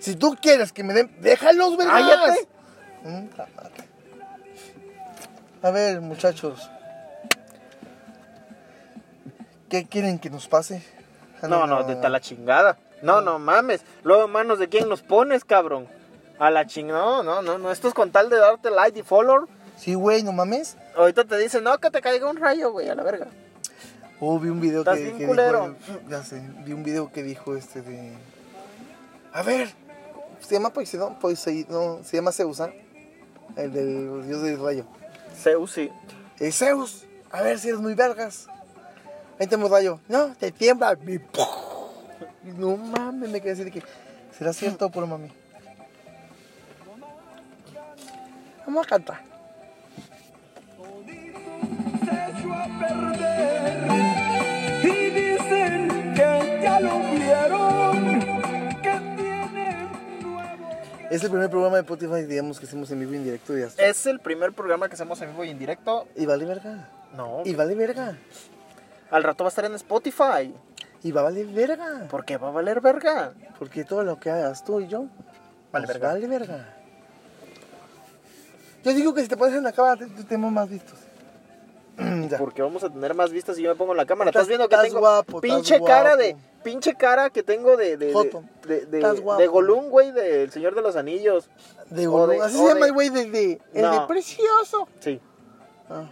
B: Si tú quieres que me den. ¡Déjalos, vergas!
A: ¡Cállate!
B: Mm, cámate. A ver, muchachos. ¿Qué quieren que nos pase? Ah,
A: No, no, de la chingada. No, no mames. Luego, manos, ¿de quién nos pones, cabrón? A la ching... No, no, no, no. Esto es con tal de darte like y follow.
B: Sí, güey, no mames.
A: Ahorita te dicen, no, que te caiga un rayo, güey, a la verga.
B: Oh, vi un video
A: Estás
B: que,
A: bien
B: que
A: culero.
B: dijo. Ya sé, vi un video que dijo este de. A ver, se llama Poseidón, Poseidón, se llama Zeus, ¿ah? El del dios del rayo.
A: Zeus, sí.
B: Eh, Zeus, a ver si eres muy vergas. Ahí te muerda yo. No, te tiembla. Y ¡puf! Y No mames, me quedé así de que. ¿Será cierto puro mami? Vamos a cantar.
C: se echó a perder y dicen que ya lo vieron, que tienen nuevo.
B: Es el primer programa de Spotify, digamos, que hicimos en vivo y en directo y hasta.
A: Es el primer programa que hacemos en vivo y en directo.
B: Y vale verga.
A: No.
B: Y vale verga.
A: Al rato va a estar en Spotify.
B: Y va a valer verga.
A: Porque va a valer verga.
B: Porque todo lo que hagas tú y yo.
A: Vale
B: nos
A: verga.
B: Vale verga. Yo digo que si te pones en la cámara, te, te tenemos más vistos. Ya.
A: Porque vamos a tener más vistas si yo me pongo la cámara.
B: Estás-
A: Estás viendo que
B: estás
A: tengo
B: guapo, estás
A: pinche cara
B: guapo.
A: de pinche cara que tengo de de
B: Joto.
A: de, de, de,
B: Estás guapo.
A: de Gollum, güey, del Señor de los Anillos.
B: De
A: O
B: Golú.
A: de-
B: Así
A: o
B: se llama
A: de-
B: el güey de, de- el
A: No.
B: de precioso.
A: Sí.
B: Ah,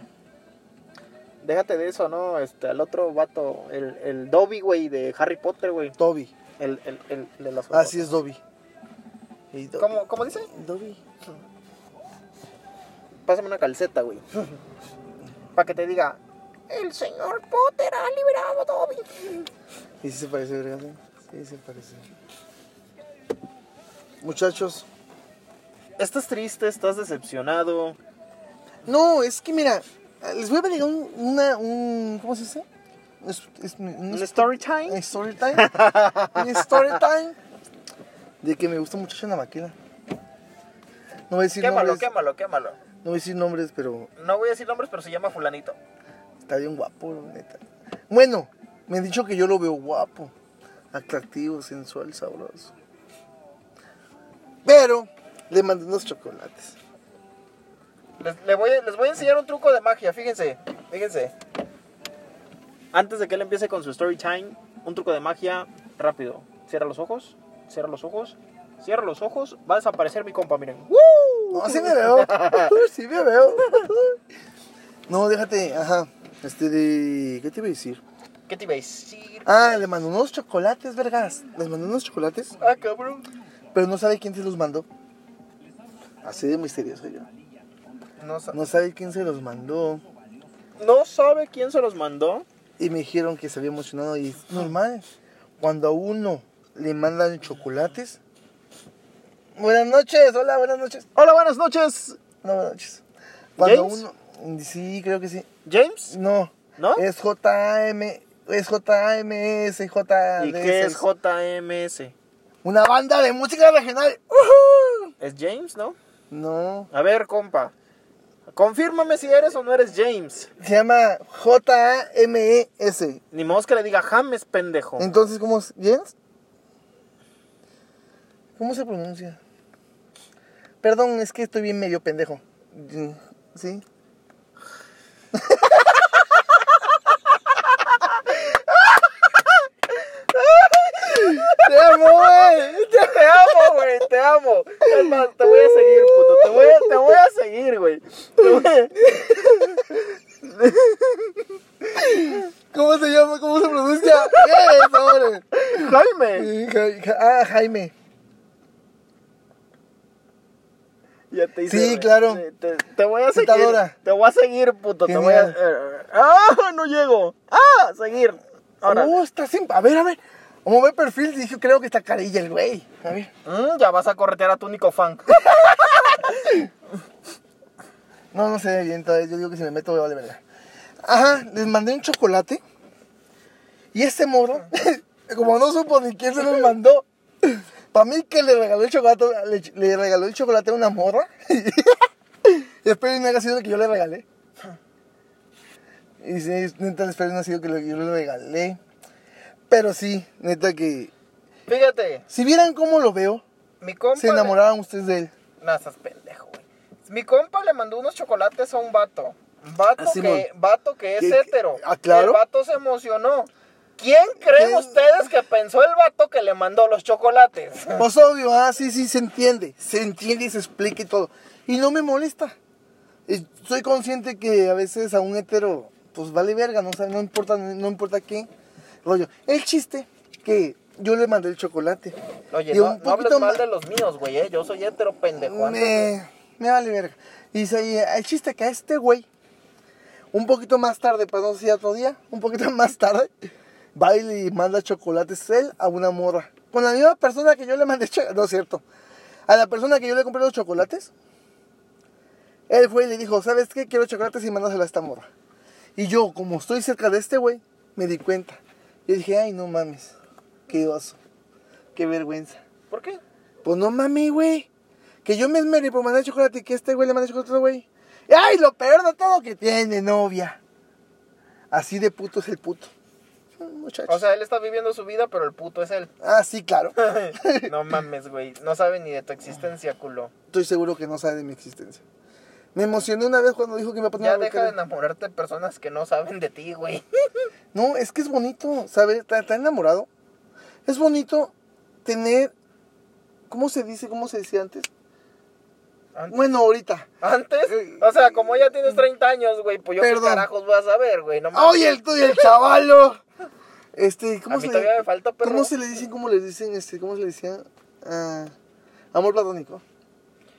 A: Déjate de eso, ¿no? Este, al otro vato, el, el Dobby, güey, de Harry Potter, güey.
B: Dobby.
A: El, el, el, el de las
B: Así es Dobby. Y Ah, Dobby.
A: ¿Cómo, ¿Cómo dice?
B: Dobby.
A: Pásame una calceta, güey. Para que te diga, El señor Potter ha liberado a Dobby.
B: Y sí se parece, ¿verdad? Sí, se parece. Muchachos.
A: Estás triste, estás decepcionado.
B: No, es que mira, les voy a pedir un, una, un, ¿cómo se dice? Es, es- este, un-
A: ¿Un story time?
B: un story time. un story time. De que me gusta un muchacho en la máquina. No voy a decir
A: Quémalo,
B: nombres.
A: quémalo, quémalo.
B: No voy a decir nombres, pero
A: No voy a decir nombres, pero se llama fulanito.
B: está bien guapo, la neta. Bueno, me han dicho que yo lo veo guapo, atractivo, sensual, sabroso. Pero le mandé unos chocolates.
A: Les, le voy a, les voy a enseñar un truco de magia, fíjense, fíjense. Antes de que él empiece con su story time, un truco de magia rápido. Cierra los ojos, cierra los ojos, cierra los ojos, va a desaparecer mi compa, miren.
B: No, sí me veo. Sí me veo. No, déjate, ajá. Este de. ¿Qué te iba a decir?
A: ¿Qué te iba a decir?
B: Ah, le mandó unos chocolates, vergas. Les mandó unos chocolates,
A: Ah, cabrón.
B: pero no sabe quién se los mandó. Así de misterioso yo.
A: No, sa-
B: No sabe quién se los mandó.
A: no sabe quién se los mandó.
B: Y me dijeron que se había emocionado y es normal. Cuando a uno le mandan chocolates. Buenas noches, hola, buenas noches.
A: Hola, buenas noches.
B: No, buenas noches. Cuando
A: ¿James?
B: uno. Sí, creo que sí.
A: ¿James?
B: No.
A: ¿No?
B: Es JM. Es JMS, JD.
A: ¿Y qué es JMS?
B: Una banda de música regional. ¡Ujú!
A: ¿Es James, no?
B: No.
A: A ver, compa. Confírmame si eres o no eres James.
B: Se llama E JAMES.
A: Ni modo que le diga James, pendejo.
B: Entonces, ¿cómo es? ¿Jens? ¿Cómo se pronuncia? Perdón, es que estoy bien medio pendejo. ¿Sí? ¡Te amo, güey!
A: Te amo, güey, te amo. Es más, te voy a seguir, puto. Te voy a, te voy a seguir, güey. Te voy a-
B: ¿Cómo se llama? ¿Cómo se pronuncia? ¡Yes, hombre!
A: Jaime.
B: Ja- ja- Ah, Jaime.
A: Ya te hice,
B: Sí,
A: güey.
B: claro.
A: Te, te voy a seguir.
B: Tentadora.
A: Te voy a seguir, puto. Te voy
B: Genial.
A: a. ¡Ah! No llego. ¡Ah! Seguir. Ahora.
B: Oh, está sin... A ver, a ver. Vamos a ver perfil. Dije, creo que está carilla el güey. A ver.
A: Mm, ya vas a corretear a tu único fan.
B: No, no se ve bien todavía. Yo digo que si me meto, me vale verga. Ajá, les mandé un chocolate. Y este morro, como no supo ni quién se lo mandó, para mí que le regaló el chocolate, le, le regaló el chocolate a una morra. y espero y no haya sido lo que yo le regalé. Y sí, neta, espero y no ha sido que lo que yo le regalé. Pero sí, neta que.
A: Fíjate,
B: Si vieran cómo lo veo,
A: mi compa.
B: se enamoraron ustedes de él.
A: Le... Nah, estás pendejo, güey. Mi compa le mandó unos chocolates a un vato. Vato,
B: Ah, Simón.
A: que, vato que es
B: ¿Qué- qué?
A: hétero.
B: Ah, claro.
A: El vato se emocionó. ¿Quién creen
B: ¿Quién?
A: ustedes que pensó el vato que le mandó los chocolates?
B: Pues obvio, ah, sí, sí, se entiende. Se entiende y se explica y todo. Y no me molesta. Eh, Soy consciente que a veces a un hetero, pues vale verga, no, O sea, no importa, no importa qué rollo. El chiste que yo le mandé el chocolate.
A: Oye,
B: Y
A: no, no hables mal
B: ma-
A: de los míos, güey. eh. Yo soy hétero pendejo. antes de-
B: me, me vale verga. Y se- el chiste que a este güey, un poquito más tarde, para no decir otro día, un poquito más tarde, va y le manda chocolates él a una morra. Con la misma persona que yo le mandé cho- no es cierto. A la persona que yo le compré los chocolates, él fue y le dijo, ¿sabes qué? Quiero chocolates y mándasela a esta morra. Y yo, como estoy cerca de este güey, me di cuenta. Y dije, ay, no mames, qué oso, qué vergüenza.
A: ¿Por qué?
B: Pues no mames, güey. Que yo me esmeré por mandar chocolate y que este güey le mande chocolate a otro güey. ¡Ay, lo peor de todo que tiene novia! Así de puto es el puto. Muchachos.
A: O sea, él está viviendo su vida, pero el puto es él.
B: ah, sí, claro.
A: no mames, güey. No sabe ni de tu existencia, culo.
B: Estoy seguro que no sabe de mi existencia. Me emocioné una vez cuando dijo que me iba a poner
A: Ya
B: una
A: deja de
B: beca de-
A: enamorarte de personas que no saben de ti, güey.
B: No, es que es bonito saber, estar estar enamorado. Es bonito tener. ¿Cómo se dice? ¿Cómo se decía antes?
A: Antes.
B: Bueno, ahorita.
A: Antes, o sea, como ya tienes 30 años, güey, pues yo
B: Eh, mm. Perdón.
A: qué carajos voy a saber, güey. No mames.
B: ¡Ay, el tuyo, el chavalo! Este, ¿cómo
A: a mí
B: se
A: todavía me falta, pero
B: ¿Cómo se le dicen, cómo les dicen, este, cómo se le decía? Ah, amor platónico.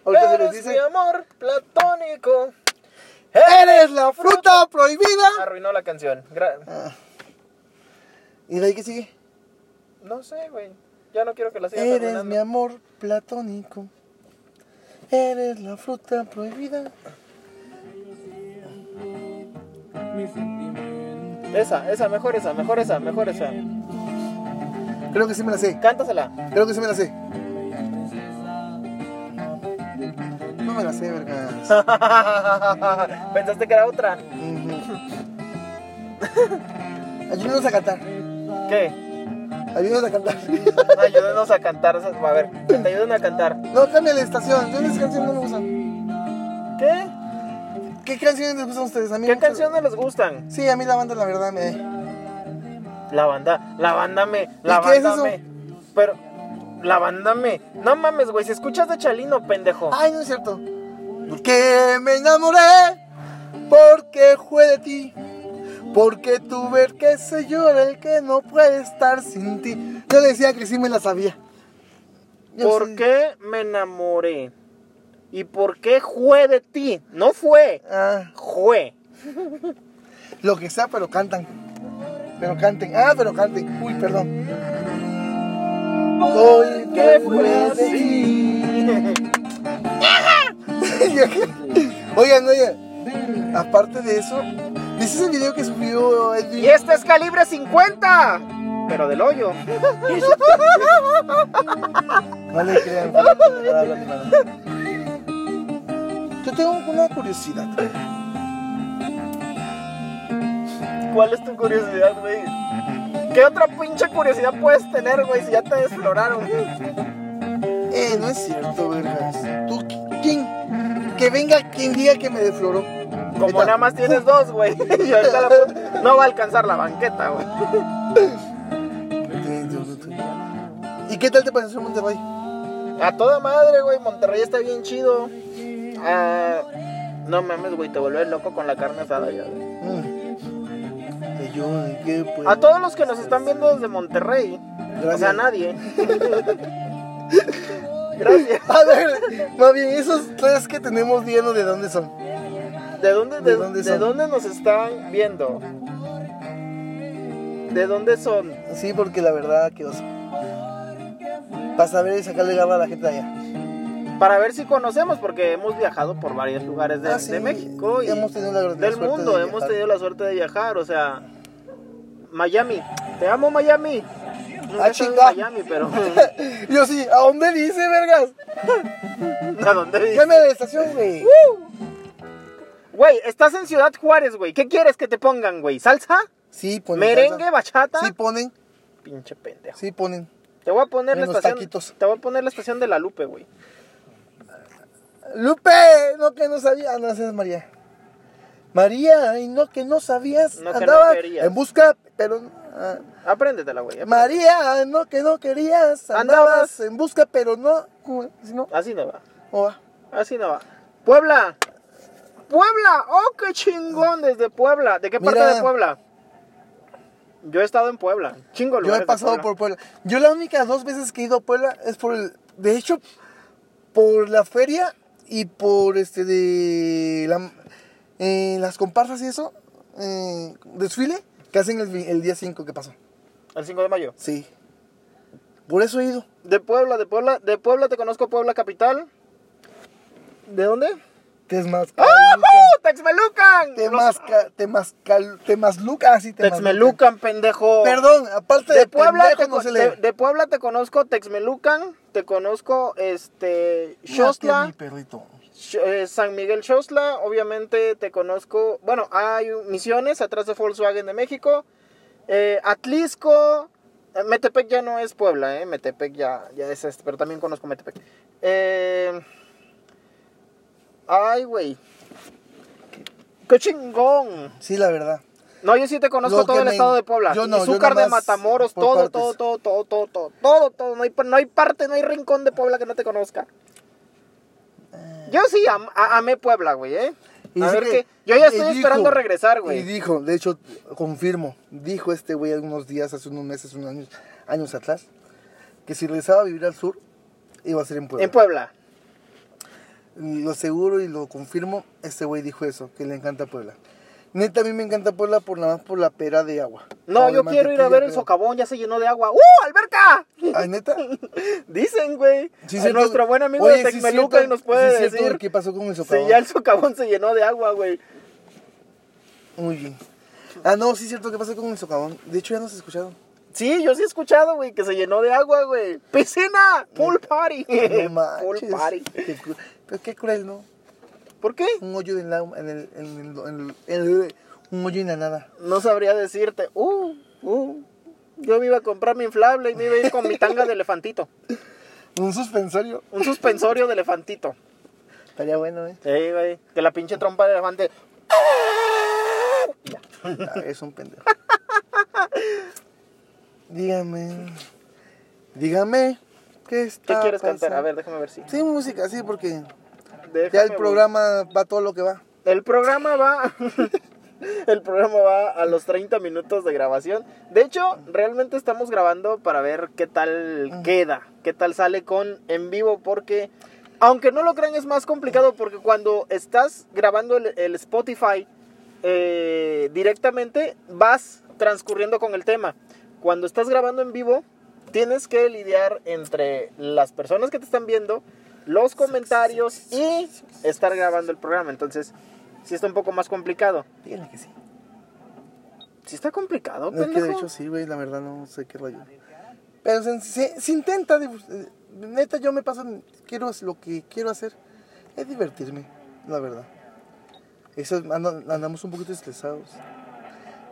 B: Ahorita se les
A: Eres
B: dice,
A: mi amor platónico.
B: ¡Eres la fruta prohibida!
A: Arruinó la canción. Gra-
B: Ah. ¿Y de ahí qué sigue?
A: no sé, güey. Ya no quiero que la sigas
B: Eres
A: arruinando.
B: mi amor platónico. Eres la fruta prohibida.
A: Esa, esa, mejor esa, mejor esa, mejor esa.
B: Creo que sí me la sé.
A: Cántasela.
B: Creo que sí me la sé. No me la sé, vergas.
A: Pensaste que era otra.
B: Ujú. Ayúdenos a cantar.
A: ¿Qué?
B: Ayúdenos a cantar.
A: Ayúdenos a cantar. A ver, que te ayuden a cantar.
B: No, cambia la estación. Yo esas canciones no me gustan.
A: ¿Qué?
B: ¿Qué canciones les gustan a ustedes? A mí
A: ¿Qué
B: muchas-
A: canciones les gustan?
B: Sí, a mí la banda, la verdad, me.
A: La banda, la banda me, la
B: qué es
A: banda
B: eso?
A: me. Pero, la banda me. No mames, güey, si escuchas de Chalino, pendejo.
B: Ay, Ah, no es cierto. Porque me enamoré, porque fue de ti, porque tuve el que se llora, el que no puede estar sin ti. Yo decía que sí me la sabía. Yo
A: ¿Por
B: sí.
A: qué me enamoré? ¿Y por qué jue de ti? No fue,
B: Ah,
A: jue.
B: lo que sea, pero cantan. Pero canten. Ah, pero canten. Uy, perdón. Porque fue así. oigan, oigan. Aparte de eso, ¿viste el video que subió Edwin?
A: Y este es calibre 50, pero del hoyo.
B: No le crean. fue una palabra animada. Yo tengo una curiosidad.
A: ¿Cuál es tu curiosidad, güey? ¿Qué otra pinche curiosidad puedes tener, güey, si ya te exploraron?
B: Eh, no es cierto, vergas. ¿Tú quién? Que venga quien diga que me defloró.
A: Como
B: Neta.
A: nada más tienes dos, güey. Y ahorita la puta- no va a alcanzar la banqueta, güey.
B: ¿Y qué tal te pareció Monterrey?
A: A toda madre, güey. Monterrey está bien chido. Ah, no mames, güey. Te vuelves loco con la carne asada ya, güey.
B: Mm. Que yo, que, pues,
A: A todos los que nos están viendo desde Monterrey. O sea, a nadie. Gracias.
B: A ver, más bien, esos tres que tenemos llenos de dónde son.
A: ¿De dónde, de,
B: ¿De
A: de
B: dónde
A: dónde,
B: son?
A: nos están viendo? ¿De dónde son?
B: Sí, porque la verdad, que oso. Para saber y sacarle garra a la gente de allá.
A: Para ver si conocemos, porque hemos viajado por varios lugares de,
B: Ah, sí.
A: de México y
B: Hemos tenido la- la
A: del
B: suerte
A: mundo.
B: de
A: hemos
B: viajar.
A: tenido la suerte de viajar, o sea, Miami. Te amo, Miami. Nunca
B: Ah,
A: he estado en
B: chinga.
A: Miami, pero
B: Yo sí, ¿a dónde dice, vergas?
A: ¿a dónde dices?
B: Cambia de estación, güey.
A: Güey, estás en Ciudad Juárez, güey. ¿Qué quieres que te pongan, güey? ¿Salsa?
B: Sí, ponen.
A: ¿Merengue?
B: Pues, salsa.
A: ¿Bachata?
B: Sí, ponen,
A: Pinche pendejo.
B: sí, ponen.
A: Te voy a poner
B: Y
A: la
B: unos
A: estación.
B: taquitos.
A: Te voy a poner la estación de la Lupe, güey.
B: Lupe, no que no sabía. Ah, no, esa es María. María, y no que no sabías.
A: No que no
B: andaba
A: querías.
B: en busca, pero. ah,
A: Apréndetela, güey.
B: María, no que no querías. Andabas
A: Andabas.
B: en busca, pero no. ¿Cómo es? Si no,
A: Así no va.
B: ¿cómo va?
A: Así no va. Puebla. Puebla. Oh, qué chingón desde Puebla. ¿De qué parte
B: Mira.
A: de Puebla? Yo he estado en Puebla. Chingo
B: Yo
A: lugares
B: he
A: de
B: pasado
A: Puebla.
B: por Puebla. Yo la única dos veces que he ido a Puebla es por el. De hecho, por la feria y por este de. la- eh, las comparsas y eso. eh, desfile que hacen el, vi- el día 5 que pasó.
A: El 5 de mayo.
B: Sí. Por eso he ido.
A: De Puebla, de Puebla. De Puebla te conozco, Puebla capital. ¿De dónde?
B: Te es más.
A: ¡Oh! ¡Texmelucan!
B: Te
A: Los-
B: más. Te más. Te más. Ah, sí, Temazluca.
A: Texmelucan, pendejo.
B: Perdón, aparte de,
A: De Puebla,
B: pendejo
A: te,
B: no
A: con-
B: se
A: te-
B: lee.
A: de Puebla te conozco Texmelucan, te conozco este
B: Mira que
A: Xostla,
B: mi perrito.
A: Sh- eh, San Miguel Xostla, obviamente te conozco, bueno, hay un- Misiones atrás de Volkswagen de México, eh, Atlisco, eh, Metepec ya no es Puebla, eh, Metepec ya, ya es este, pero también conozco Metepec. Eh, ay, güey. ¡Qué chingón!
B: Sí, la verdad.
A: No, yo sí te conozco
B: Lo
A: todo
B: que
A: el
B: me-
A: estado de Puebla.
B: yo no, yo
A: Izúcar de
B: nomás
A: Matamoros,
B: por
A: todo,
B: partes.
A: todo, todo, todo, todo, todo, todo, todo. No hay, pa- no hay parte, no hay rincón de Puebla que no te conozca. Yo sí am- a- amé Puebla, güey, ¿eh?
B: Eh. Y
A: a
B: dice
A: ver
B: que-
A: qué. Yo ya
B: y
A: estoy
B: dijo-
A: esperando regresar,
B: Y
A: güey.
B: dijo, de hecho, confirmo, dijo este güey algunos días, hace unos meses, unos años, años atrás, que si regresaba a vivir al sur, iba a ser en Puebla.
A: En Puebla.
B: lo aseguro y lo confirmo, este güey dijo eso, que le encanta Puebla. Neta, a mí me encanta Puebla por nada más por la pera de agua.
A: No,
B: Por la
A: yo quiero ir a
B: mantequilla,
A: ver el
B: pero-
A: socavón, ya se llenó de agua. ¡Uh, alberca!
B: Ay, neta.
A: Dicen, güey.
B: Sí,
A: A
B: cierto,
A: nuestro
B: güey.
A: buen amigo
B: Oye,
A: de
B: sí,
A: Tecmelucan
B: cierto,
A: nos puede
B: sí, cierto,
A: decir
B: ¿Qué pasó con el socavón?
A: si ya el socavón se llenó de agua, güey.
B: Muy bien. Ah, no, sí, cierto, ¿qué pasó con el socavón? De hecho, ya nos escucharon.
A: Sí, yo sí he escuchado, güey, que se llenó de agua, güey. ¡Piscina! ¡Pool party!
B: Mm. No
A: ¡Pool
B: manches.
A: party!
B: Qué cru- Pero qué cruel, ¿no?
A: ¿Por qué?
B: Un hoyo en la, en el, en el, en el- en- un hoyo en la nada.
A: No sabría decirte. Uh, uh. Yo me iba a comprar mi inflable y me iba a ir con mi tanga de elefantito.
B: Un suspensorio.
A: Un suspensorio de elefantito.
B: Estaría bueno, ¿eh?
A: Sí, güey. Que la pinche trompa de elefante.
B: Ah, es un pendejo. Dígame. Dígame. ¿Qué
A: ¿Qué
B: está
A: quieres cantar?
B: pasando?
A: A ver, déjame ver si.
B: Sí, música, sí, porque ya
A: Déjame
B: pues el programa va todo lo que va.
A: bu- El programa va. el programa va a los 30 minutos de grabación. De hecho, realmente estamos grabando para ver qué tal queda. Qué tal sale con en vivo. Porque, aunque no lo crean, es más complicado. Porque cuando estás grabando el, el Spotify eh, directamente, vas transcurriendo con el tema. Cuando estás grabando en vivo, tienes que lidiar entre las personas que te están viendo, los comentarios y estar grabando el programa. Entonces, sí está un poco más complicado.
B: Díganle que sí.
A: Sí está complicado,
B: No, es que de
A: pendejo.
B: hecho sí, güey, la verdad no sé qué rollo. Pero se, se- se intenta, dibu- eh, neta, yo me paso, quiero hacer lo que quiero hacer, es divertirme, la verdad. Eso, es- ando- andamos un poquito estresados.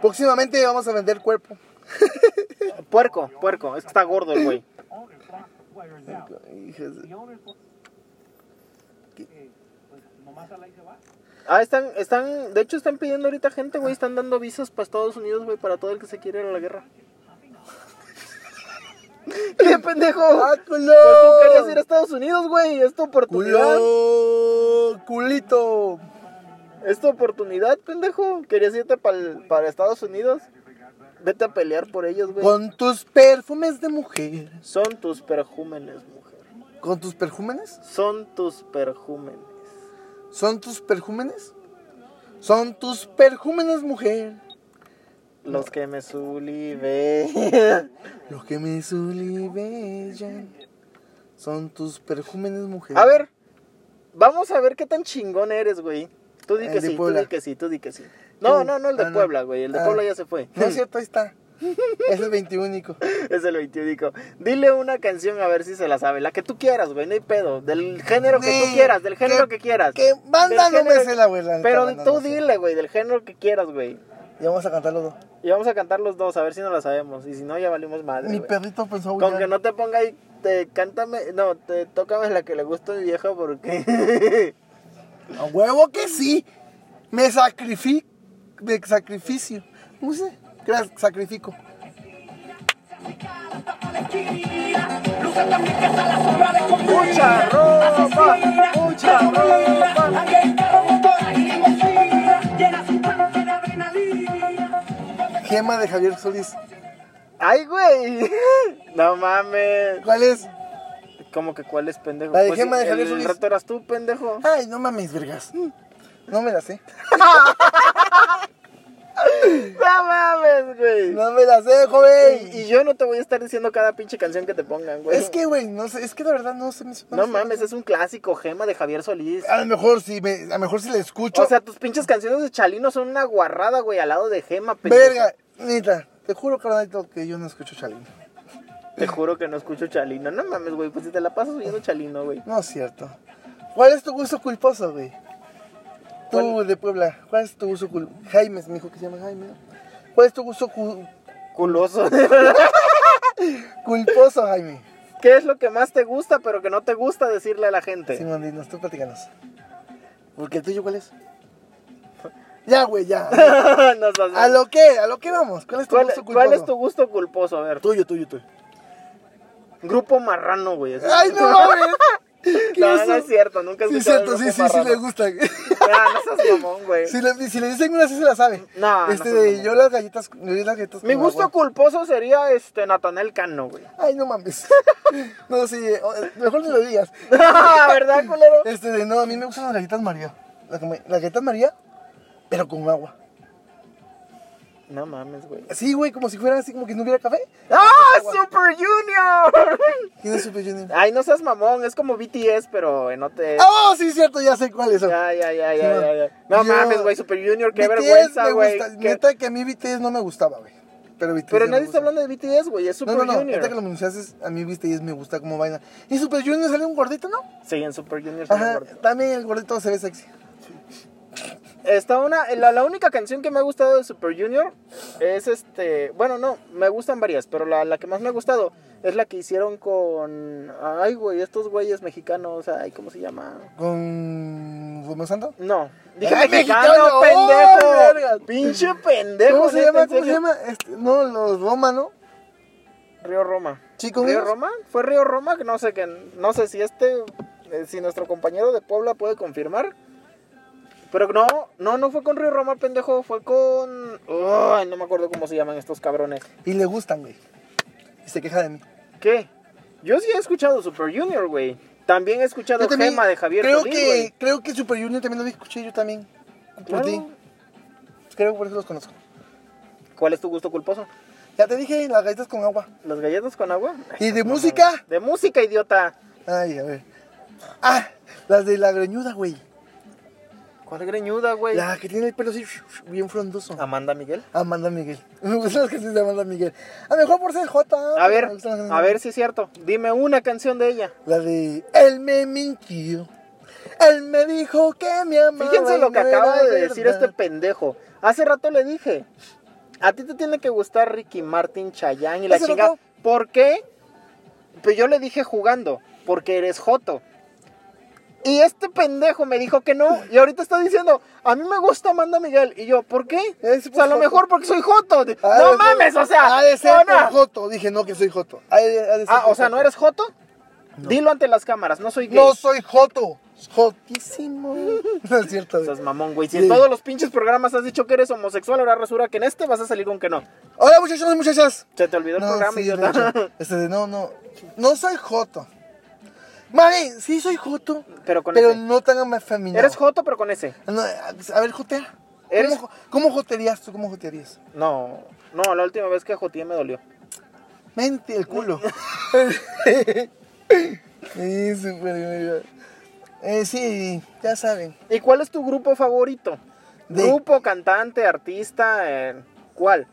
B: Próximamente vamos a vender cuerpo.
A: Puerco, puerco. Es que está gordo el güey.
B: Hijas de-
A: Ah, están, están, de hecho están pidiendo ahorita gente, güey. Están dando visas para Estados Unidos, güey, para todo el que se quiere ir a la guerra. ¡Qué pendejo!
B: ¡Ah, culo!
A: Pues tú querías ir a Estados Unidos, güey. Es tu oportunidad.
B: ¡Culo! ¡Culito!
A: Es tu oportunidad, pendejo. Querías irte pa'l- para Estados Unidos. Vete a pelear por ellos, güey.
B: Con tus perfumes de mujer.
A: Son tus perjúmenes, mujer.
B: ¿Con tus perjúmenes?
A: Son tus perjúmenes.
B: ¿Son tus perjúmenes? Son tus perjúmenes, mujer.
A: Los que me sulibe.
B: Los que me sublivellan son tus perjúmenes, mujer.
A: a ver, vamos a ver qué tan chingón eres, güey. Tú di
B: El
A: que
B: de
A: sí, tú
B: Puebla.
A: di que sí, tú di que sí. No,
B: Tú.
A: no, no el de
B: Ah, no.
A: Puebla, güey. El de
B: Ah.
A: Puebla ya se fue.
B: No es cierto, ahí está. Es el 21.
A: Es el 21. Dile una canción a ver si se la sabe. La que tú quieras, güey. No hay pedo. Del género que tú quieras, del género que quieras.
B: Que banda no
A: Del
B: me
A: género-
B: sé la abuela.
A: Pero tú dile, güey, del género que quieras, güey.
B: Y vamos a cantar los dos.
A: Y vamos a cantar los dos, a ver si no la sabemos. Y si no, ya valimos madre.
B: Mi
A: güey.
B: perrito pensó
A: Con
B: aullar.
A: que no te ponga ahí, te cántame, no, te tócame la que le gusta a mi vieja porque.
B: A huevo que sí. Me sacrifico. Me sacrificio. ¿Cómo se dice? Cra- Sacrifico.
A: ¡Mucha ropa! ¡Mucha ropa!
B: Gema de Javier Solís.
A: ¡Ay, güey! No mames.
B: ¿Cuál es?
A: ¿Cómo que cuál es pendejo? Pues,
B: La de Gema de
A: el,
B: Javier
A: el
B: Solís.
A: reto eras tú, pendejo.
B: Ay, no mames, vergas. No me la sé.
A: ¡No mames, güey!
B: No me la sé, joven.
A: Y, y yo no te voy a estar diciendo cada pinche canción que te pongan, güey.
B: Es que, güey, no sé, es que de verdad no sé. me-
A: No
B: sé.
A: mames, es un clásico, Gema de Javier Solís.
B: A lo mejor si me, a lo mejor si la escucho.
A: O sea, tus pinches canciones de Chalino son una guarrada, güey, al lado de Gema, pendejo.
B: verga, neta, te juro, carnalito, que yo no escucho Chalino.
A: Te juro que no escucho Chalino. No mames, güey, pues si te la pasas oyendo Chalino, güey.
B: No es cierto. ¿Cuál es tu gusto culposo, güey? Tú
A: ¿Cuál?
B: de Puebla, ¿cuál es tu gusto culposo? Jaime, mi hijo que se llama Jaime. ¿no? ¿Cuál es tu gusto cu-
A: Culoso.
B: culposo, Jaime?
A: ¿Qué es lo que más te gusta, pero que no te gusta decirle a la gente?
B: Simón, dinos, tú platicanos. Porque el tuyo, ¿cuál es? Ya, güey, ya.
A: No seas-
B: ¿A Ah, lo que? ¿A lo que vamos? ¿Cuál es tu
A: ¿Cuál,
B: gusto culposo?
A: cuál es tu gusto culposo? A ver.
B: Tuyo, tuyo, tuyo.
A: Grupo marrano, güey.
B: ¡Ay, no mames!
A: No, no
B: oso!
A: es cierto, nunca he
B: Sí, cierto,
A: escuchado el
B: sí, sí, sí,
A: grupo
B: le
A: marrano.
B: gusta.
A: Mira, no seas mamón, güey.
B: Si le, si le dicen una, sí se la sabe.
A: No, no
B: Este,
A: seas
B: de
A: mamón.
B: yo las galletas, yo las galletas.
A: Mi
B: con
A: gusto
B: agua.
A: culposo sería este Natanel Cano, güey.
B: Ay, no mames. no, sí, eh, mejor no lo digas.
A: ¿Verdad, culero?
B: Este, de no, a mí me gustan las galletas María. La que me- Las galletas María, pero con agua.
A: No mames, güey.
B: Sí, güey, como si fuera así, como que no hubiera café.
A: ¡Ah! ¡Super Junior!
B: ¿Quién es Super Junior?
A: Ay, no seas mamón, es como BTS, pero en OT.
B: ¡Oh, sí, cierto! Ya sé cuál es.
A: Ya, ya, ya, ya,
B: Sí,
A: ya,
B: va.
A: ya. No
B: Yo-
A: mames, güey, Super Junior, qué
B: BTS
A: vergüenza,
B: me
A: güey.
B: gusta.
A: Qué-
B: Neta que a mí BTS no me gustaba, güey. Pero BTS
A: Pero
B: ya me
A: nadie está
B: gusta.
A: hablando de BTS, güey, es
B: No,
A: Super
B: no, no. Ahorita que lo
A: Junior.
B: mencionaste, a mí BTS me gusta como vaina. ¿Y Super Junior sale un gordito, no?
A: Sí, en Super Junior. se me
B: Ajá.
A: acuerda.
B: También el gordito se ve sexy.
A: Está una, la, la única canción que me ha gustado de Super Junior es este, bueno, no, me gustan varias, pero la, la que más me ha gustado es la que hicieron con, ay, güey, estos güeyes mexicanos, ay, ¿cómo se llama?
B: Con. ¿Fumo Santo?
A: No, dije
B: ¡Ay,
A: mexicano,
B: mexicano!
A: pendejo,
B: ¡Oh, verga!
A: pinche pendejo.
B: ¿Cómo se
A: neta,
B: llama?
A: en
B: ¿Cómo se
A: serio.
B: llama? Este, no, los Roma, ¿no?
A: Río Roma.
B: Sí, con
A: ¿Río
B: ellos.
A: Roma? ¿Fue Río Roma? No sé, que, no sé si este, eh, si nuestro compañero de Puebla puede confirmar. Pero no, no, no fue con Río Roma, pendejo, fue con... Ay, no me acuerdo cómo se llaman estos cabrones.
B: Y le gustan, güey. Y se queja de mí.
A: ¿Qué? Yo sí he escuchado Super Junior, güey. También he escuchado Gema de Javier
B: creo
A: Solís,
B: que,
A: güey.
B: creo que Super Junior también lo escuché yo también. Por
A: Claro.
B: ti. Creo que por eso los conozco.
A: ¿Cuál es tu gusto culposo?
B: Ya te dije, las galletas con agua.
A: ¿Las galletas con agua?
B: ¿Y de música?
A: De música, idiota.
B: Ay, a ver. Ah, las de la greñuda, güey.
A: ¿Cuál greñuda, güey?
B: La que tiene el pelo así, bien frondoso.
A: Amanda Miguel.
B: Amanda Miguel. Me gustan las canciones de Amanda Miguel. A lo mejor por ser J.
A: A ver,
B: me gustan las canciones
A: a
B: de-
A: ver si es cierto. Dime una canción de ella.
B: La de Él me mintió. Él me dijo que me amaba.
A: Fíjense
B: y
A: lo que
B: no
A: acaba
B: era
A: de decir
B: verdad.
A: este pendejo. Hace rato le dije, a ti te tiene que gustar Ricky Martin, Chayanne y la
B: Hace
A: chingada.
B: rato.
A: ¿Por qué? Pues yo le dije jugando, porque eres joto. Y este pendejo me dijo que no. Y ahorita está diciendo, a mí me gusta Amanda Miguel. Y yo, ¿por qué?
B: Es pues,
A: o sea, a lo
B: joto.
A: mejor porque soy joto. De-
B: Ha de
A: no
B: ser-
A: mames, o sea.
B: Ah, Ha de ser
A: no,
B: por
A: no.
B: Joto. Dije, no, que soy Joto. Ha de- ha de ser
A: Ah,
B: por
A: o sea, ¿no
B: joto.
A: eres joto? Dilo ante las cámaras, no soy gay.
B: No soy Joto. Jotísimo. No es cierto.
A: Estás
B: güey.
A: mamón, güey. Si
B: Sí.
A: en todos los pinches programas has dicho que eres homosexual, ahora resulta que en este vas a salir con que no.
B: Hola, muchachos y muchachas.
A: Se te olvidó el programa,
B: sí,
A: idiota.
B: de hecho, este, de no, no. No soy Joto. Mami, sí soy Joto.
A: Pero con ese.
B: no tan afeminado.
A: Eres joto, pero con ese.
B: No, a ver, jotea.
A: Eres-
B: ¿Cómo, ¿Cómo jotearías tú? ¿Cómo jotearías?
A: No, no, la última vez que joteé me dolió.
B: Mente, el culo. sí, súper bien. Eh, sí, ya saben.
A: ¿Y cuál es tu grupo favorito?
B: De-
A: Grupo, cantante, artista, eh, ¿cuál?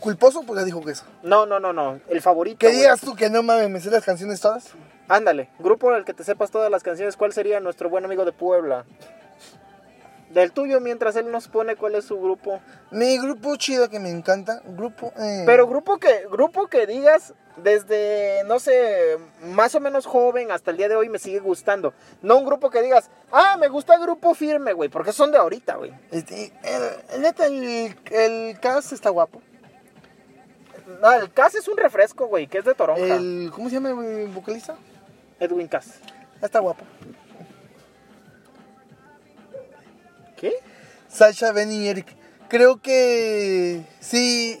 B: Culposo, pues ya dijo que eso.
A: No, no, no, no. El favorito.
B: Que
A: güey.
B: digas tú que no mames, me sé las canciones todas.
A: Ándale, grupo del que te sepas todas las canciones. ¿Cuál sería nuestro buen amigo de Puebla? Del tuyo, mientras él nos pone cuál es su grupo.
B: Mi grupo chido que me encanta, grupo. eh,
A: Pero grupo que, grupo que digas desde, no sé, más o menos joven hasta el día de hoy me sigue gustando. No un grupo que digas, ah, me gusta grupo firme, güey, porque son de ahorita, güey.
B: Este, el, neta, el, el Cas está guapo.
A: No, el Cas es un refresco, güey, que es de Toronja.
B: El, ¿Cómo se llama el vocalista?
A: Edwin Cas.
B: Está guapo.
A: ¿Qué?
B: Sasha, Ben y Eric. Creo que sí.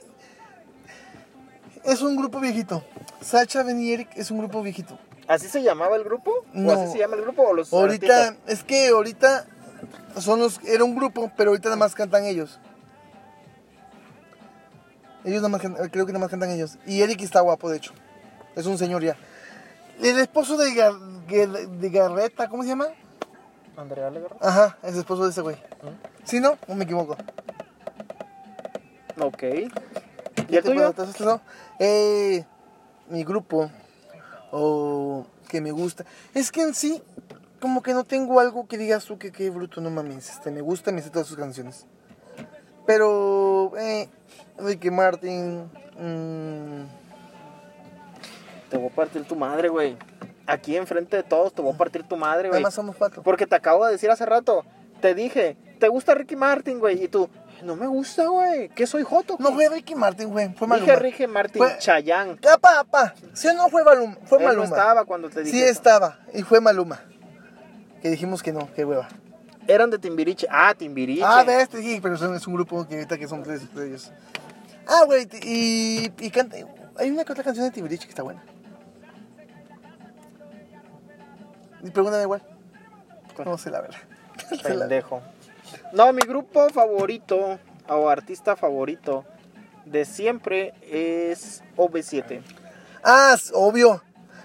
B: Es un grupo viejito. Sasha, Ben y Eric es un grupo viejito.
A: ¿Así se llamaba el grupo?
B: No.
A: ¿O así se llama el grupo? ¿O los
B: Ahorita,
A: artistas?
B: es que ahorita son los. Era un grupo, pero ahorita nada más cantan ellos. Ellos nada más cantan- creo que nada más cantan ellos. Y Eric está guapo, de hecho. Es un señor ya. El esposo de, Gar- Guer- de Garreta, ¿cómo se llama?
A: Andrea Legarra.
B: Ajá, es esposo de ese güey. ¿Sí, no? ¿O me equivoco?
A: Ok. ¿Y el
B: Este, pero,
A: tuyo?
B: entonces, no. Eh, mi grupo. O que me gusta. Es que en sí, como que no tengo algo que digas tú que qué bruto, no mames. Este, me gusta, me sé todas sus canciones. Pero, eh, Ricky Martin. mm,
A: Te voy a partir tu madre, güey. Aquí enfrente de todos te voy a partir tu madre,
B: nada
A: güey.
B: más somos cuatro.
A: Porque te acabo de decir hace rato, te dije, ¿te gusta Ricky Martin, güey? Y tú, no me gusta, güey, que soy joto.
B: No
A: güey".
B: fue Ricky Martin, güey. Fue Maluma.
A: Dije Ricky Martin,
B: Fue-
A: Chayán.
B: Apa, apa. ¿Sí o no fue Maluma? Fue
A: Él no
B: Maluma.
A: estaba cuando te dije.
B: Sí
A: eso.
B: estaba. Y fue Maluma. Que dijimos que no, qué hueva.
A: eran de Timbiriche. Ah, Timbiriche.
B: Ah, ves, te dije, pero son- es un grupo que ahorita que son tres de ellos. Ah, güey, te- y, y canta. Hay una que otra canción de Timbiriche que está buena. Y pregúntame igual. No sé la verdad. No sé la-
A: Pendejo. No, mi grupo favorito o artista favorito de siempre es OB7.
B: Ah, es obvio.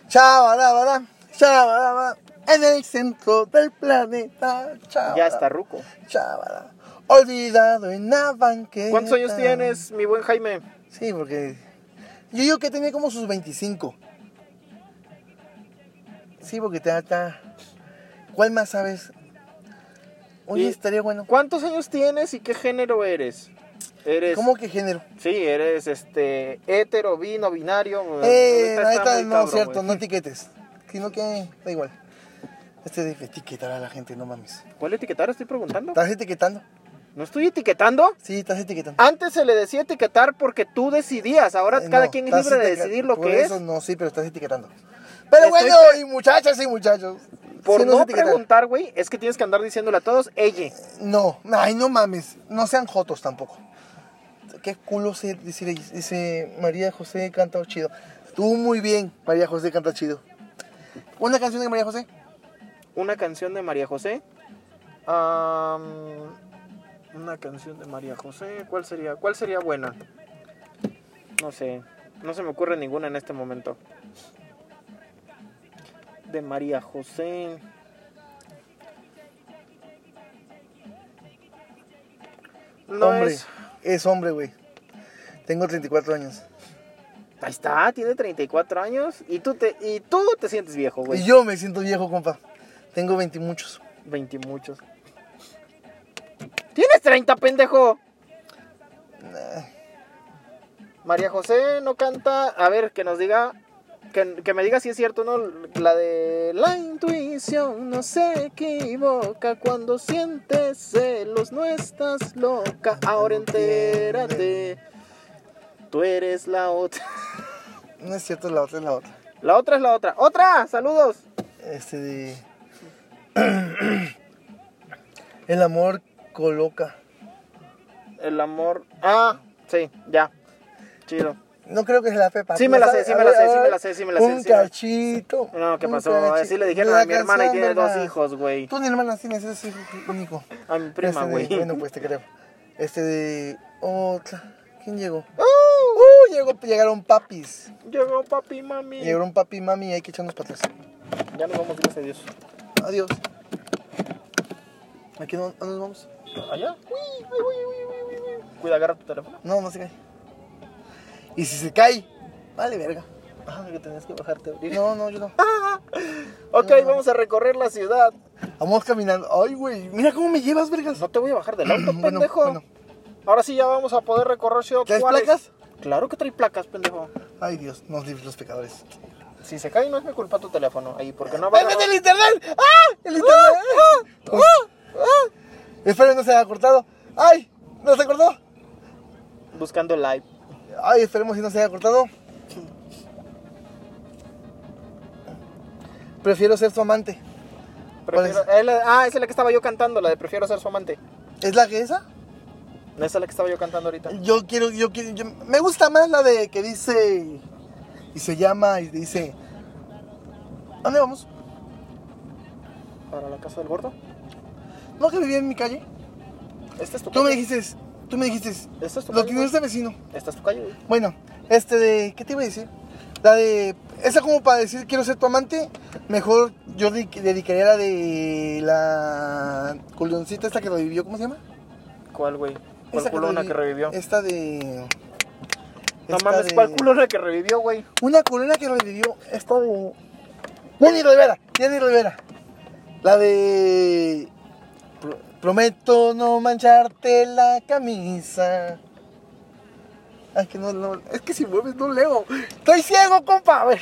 B: Chabarabara, chabarabara. En el centro del planeta. Chabarabara,
A: Ya está ruco.
B: chabarabara. Olvidado en la banqueta.
A: ¿Cuántos años tienes, mi buen Jaime?
B: Sí, porque. Yo digo que tenía como sus 25. Sí, porque te ata. ¿Cuál más sabes? Oye,
A: Y-
B: estaría bueno.
A: ¿Cuántos años tienes y qué género eres? Eres
B: ¿Cómo que género?
A: Sí, eres este hetero, bi, no binario.
B: Eh, ahí
A: Ahorita pues, está
B: está,
A: muy
B: no,
A: cabrón,
B: cierto,
A: güey.
B: no etiquetes. Sino que da igual. Este de etiquetar a la gente, no mames.
A: ¿Cuál etiquetar estoy preguntando?
B: ¿Estás etiquetando?
A: ¿No estoy etiquetando?
B: Sí, estás etiquetando.
A: Antes se le decía etiquetar porque tú decidías. Ah, Ahora
B: Eh,
A: cada
B: no,
A: quien es
B: estás
A: libre de
B: etiqueta-
A: decidir lo
B: por
A: que
B: eso
A: es.
B: No, sí, pero estás etiquetando. Pero
A: Estoy
B: bueno, y muchachas y muchachos.
A: Por
B: sí nos
A: no
B: etiquetan.
A: preguntar, güey, es que tienes que andar diciéndole a todos, ella.
B: No, ay, no mames, no sean jotos tampoco. Qué culo se dice, dice María José canta chido. Tú muy bien, María José canta chido. Una canción de María José.
A: Una canción de María José. Am, una canción de María José. ¿Cuál sería? ¿Cuál sería buena? No sé. No se me ocurre ninguna en este momento. De María José. No
B: hombre,
A: es.
B: es hombre, güey. Tengo 34 años.
A: Ahí está, tiene 34 años. Y tú te, y tú te sientes viejo,
B: Y
A: güey.
B: yo me siento viejo, compa. Tengo 20 y muchos.
A: 20 y muchos. ¡Tienes 30, pendejo!
B: Nah.
A: María José no canta. A ver, que nos diga. Que, que me diga si es cierto o no. La de. La intuición no se equivoca. Cuando sientes celos, no estás loca. Ahora entérate. Tú eres la otra.
B: No es cierto, la otra es la otra.
A: La otra es la otra. ¡Otra! ¡Saludos!
B: Este de. El amor coloca.
A: El amor. Ah, sí, ya. Chido.
B: No creo que es la Pepa.
A: Sí me la
B: sabe-
A: sé, sí
B: a
A: me la
B: ver,
A: sé,
B: a
A: sí me
B: ver,
A: la sé, sí me la sé,
B: Un
A: sí me la-
B: cachito.
A: No, ¿qué
B: un
A: pasó?
B: cachi-
A: Así le dijeron
B: La
A: a mi hermana y
B: canción,
A: tiene dos
B: ¿verdad?
A: hijos, güey.
B: Tú, mi hermana, sí necesitas hijo único.
A: A mi prima,
B: Este de-
A: güey.
B: Bueno, pues te creo. Este de. Otra. ¿Quién llegó? ¡Uh! Llegó, llegaron papis.
A: Llegó papi, mami.
B: Llegaron papi y mami y hay que echarnos para atrás.
A: Ya nos vamos, gracias a Dios.
B: Adiós. ¿Aquí no, a dónde vamos?
A: ¿Allá? Uy, uy, uy, uy, uy, uy. Cuida, agarra tu teléfono.
B: No, no se cae. Y si se cae, vale verga.
A: Ah, que tenías que bajarte a abrir.
B: No, no, yo no.
A: Ah. Ok, vamos a recorrer la ciudad.
B: Vamos caminando. Ay, güey, mira cómo me llevas, vergas.
A: No te voy a bajar del auto,
B: Bueno,
A: pendejo.
B: bueno.
A: Ahora sí ya vamos a poder recorrer Ciudad
B: ¿Traes
A: Juárez.
B: placas?
A: Claro que trae placas, pendejo.
B: Ay, Dios, nos libres los pecadores.
A: Si se cae no es mi culpa tu teléfono ahí, porque no Uh, va a...
B: ¡Ay, vete el internet! ¡Ah! ¡El internet! ¡Ah!
A: uh,
B: ¡Ah! Espero no se haya cortado. ¡Ay! ¿No se cortó?
A: Buscando live.
B: Ay, esperemos que no se haya cortado. Prefiero ser su amante.
A: Prefiero-
B: es?
A: es la- Ah, esa es la que estaba yo cantando, la de prefiero ser su amante.
B: ¿Es la que esa?
A: Esa es la que estaba yo cantando ahorita.
B: Yo quiero, yo quiero, yo- me gusta más la de que dice y se llama y dice. ¿A dónde vamos?
A: Para la casa del gordo.
B: No que vivía en mi calle.
A: Esta Este es tu
B: Tú me
A: calle.
B: dijiste, tú me dijiste,
A: Esta es tu
B: lo
A: calle,
B: tienes de vecino.
A: güey. Esta es tu calle. güey.
B: Bueno, este de, ¿qué te iba a decir? La de, esa como para decir quiero ser tu amante, mejor yo di- dedicaría la de la culoncita esta que revivió, ¿cómo se llama?
A: ¿Cuál, güey? ¿Cuál
B: Esa
A: culona que revivió?
B: Esta de...
A: No
B: esta
A: mames,
B: de-
A: ¿cuál culona que revivió, güey?
B: Una culona que revivió esta de. Jenny Rivera, Jenny Rivera. La de. Pro- prometo no mancharte la camisa. Ay, que no, no. Es que si mueves no leo. Estoy ciego, compa. A ver.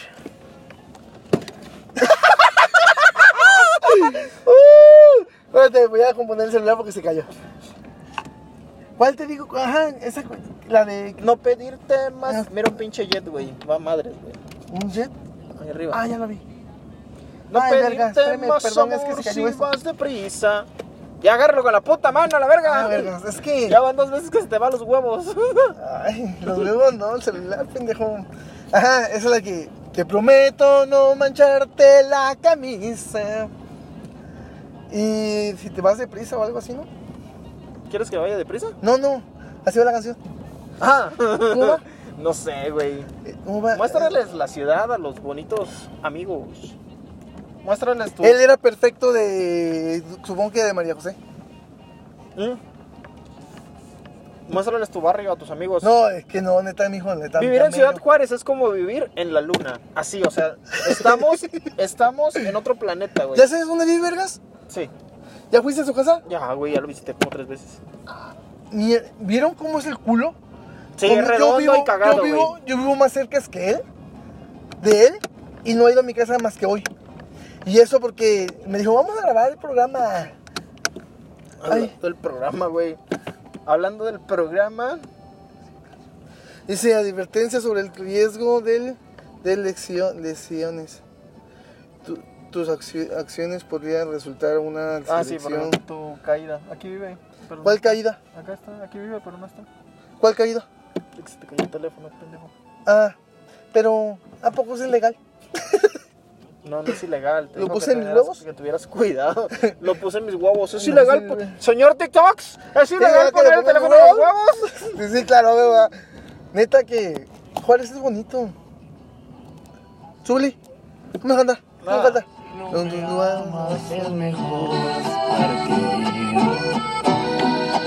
B: Uh, espérate, voy a componer el celular porque se cayó. ¿Cuál te digo? Ajá, esa. cu- La de.
A: No pedirte
B: Ah.
A: más. Mira un pinche jet, güey. Va madre, güey.
B: ¿Un jet?
A: Ahí arriba.
B: Ah, ya la vi.
A: no
B: ay, verga,
A: pedirte
B: espérame,
A: más
B: perdón, es que
A: amor
B: se cayó
A: si
B: esto.
A: vas deprisa. Ya agárralo con la puta mano, a la verga.
B: Ah, vergas, es que.
A: Ya van dos veces que se te van los huevos.
B: Ay, los veo, no, el celular, pendejo. Ajá, esa es la que. Te prometo no mancharte la camisa. Y si te vas deprisa o algo así, ¿no?
A: ¿Quieres que vaya deprisa?
B: No, no. Así va la canción.
A: Ah,
B: va?
A: no sé, güey.
B: Eh, ¿Cómo va?
A: Muéstrales la ciudad a los bonitos amigos. Muéstrales tu.
B: Él era perfecto de. Supongo que de María José.
A: Mm. Muéstrales tu barrio a tus amigos.
B: No, es que no, neta, mijo, neta.
A: Vivir en
B: neta,
A: Ciudad
B: mijo.
A: Juárez es como vivir en la luna. Así, o sea, estamos, estamos en otro planeta, güey.
B: ¿Ya sabes dónde vive, vergas?
A: Sí.
B: ¿Ya fuiste a su casa?
A: Ya, güey, ya lo visité como tres veces.
B: Mier- ¿Vieron cómo es el culo?
A: Sí,
B: Como
A: es redondo y cagado,
B: yo vivo,
A: güey.
B: yo vivo más cerca que él, de él, y no he ido a mi casa más que hoy. Y eso porque me dijo, vamos a grabar el programa.
A: Hablando
B: Ay.
A: del programa, güey. Hablando del programa,
B: Dice, advertencia sobre el riesgo del, de lexio- lesiones. Tu- tus acci- acciones podrían resultar una
A: Ah, sí,
B: selección.
A: perdón, tu caída. Aquí vive. pero no
B: ¿Cuál
A: está.
B: caída?
A: Acá está, aquí vive, pero no está.
B: ¿Cuál caída?
A: Es que Se te cayó el teléfono, pendejo.
B: Ah, pero ¿a poco es ilegal?
A: No, no es ilegal. te
B: ¿Lo
A: digo
B: puse
A: que
B: en mis
A: tuvieras-
B: huevos?
A: Que tuvieras cuidado. Lo puse en mis huevos. Es
B: No,
A: ilegal.
B: sí,
A: po-
B: güey.
A: Señor TikToks, es ilegal
B: que
A: poner
B: le
A: el
B: pongan
A: teléfono en los
B: huevos.
A: huevos.
B: Sí, sí, claro, beba. Neta que Juárez es bonito. Zuli, vamos a cantar, vamos a cantar. Donde Ah. no amas el mejor partir.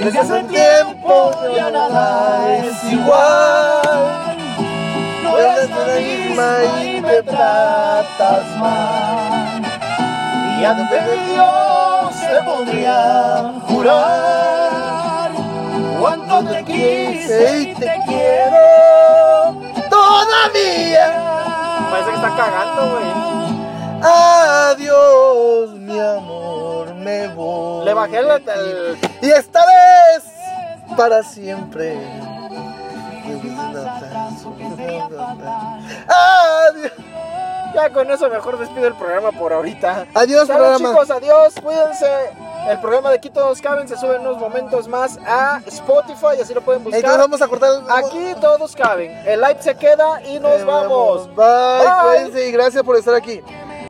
B: Desde hace tiempo ya nada es igual. No eres la misma y me tratas mal. Y ante Dios se podría jurar cuánto te quise y te quiero todavía.
A: Parece que está cagando, güey.
B: Adiós, mi amor, me voy.
A: Le bajé el. el-
B: Y esta vez, para siempre. Adiós.
A: Ya con eso mejor despido el programa por ahorita.
B: Adiós,
A: ¿Saben,
B: programa.
A: chicos, adiós, cuídense. El programa de Quito Dos Caben se sube en unos momentos más a Spotify, así lo pueden buscar.
B: Entonces vamos a cortar.
A: Aquí todos caben. El like se queda y nos vamos.
B: Bye,
A: Bye.
B: cuídense y gracias por estar aquí.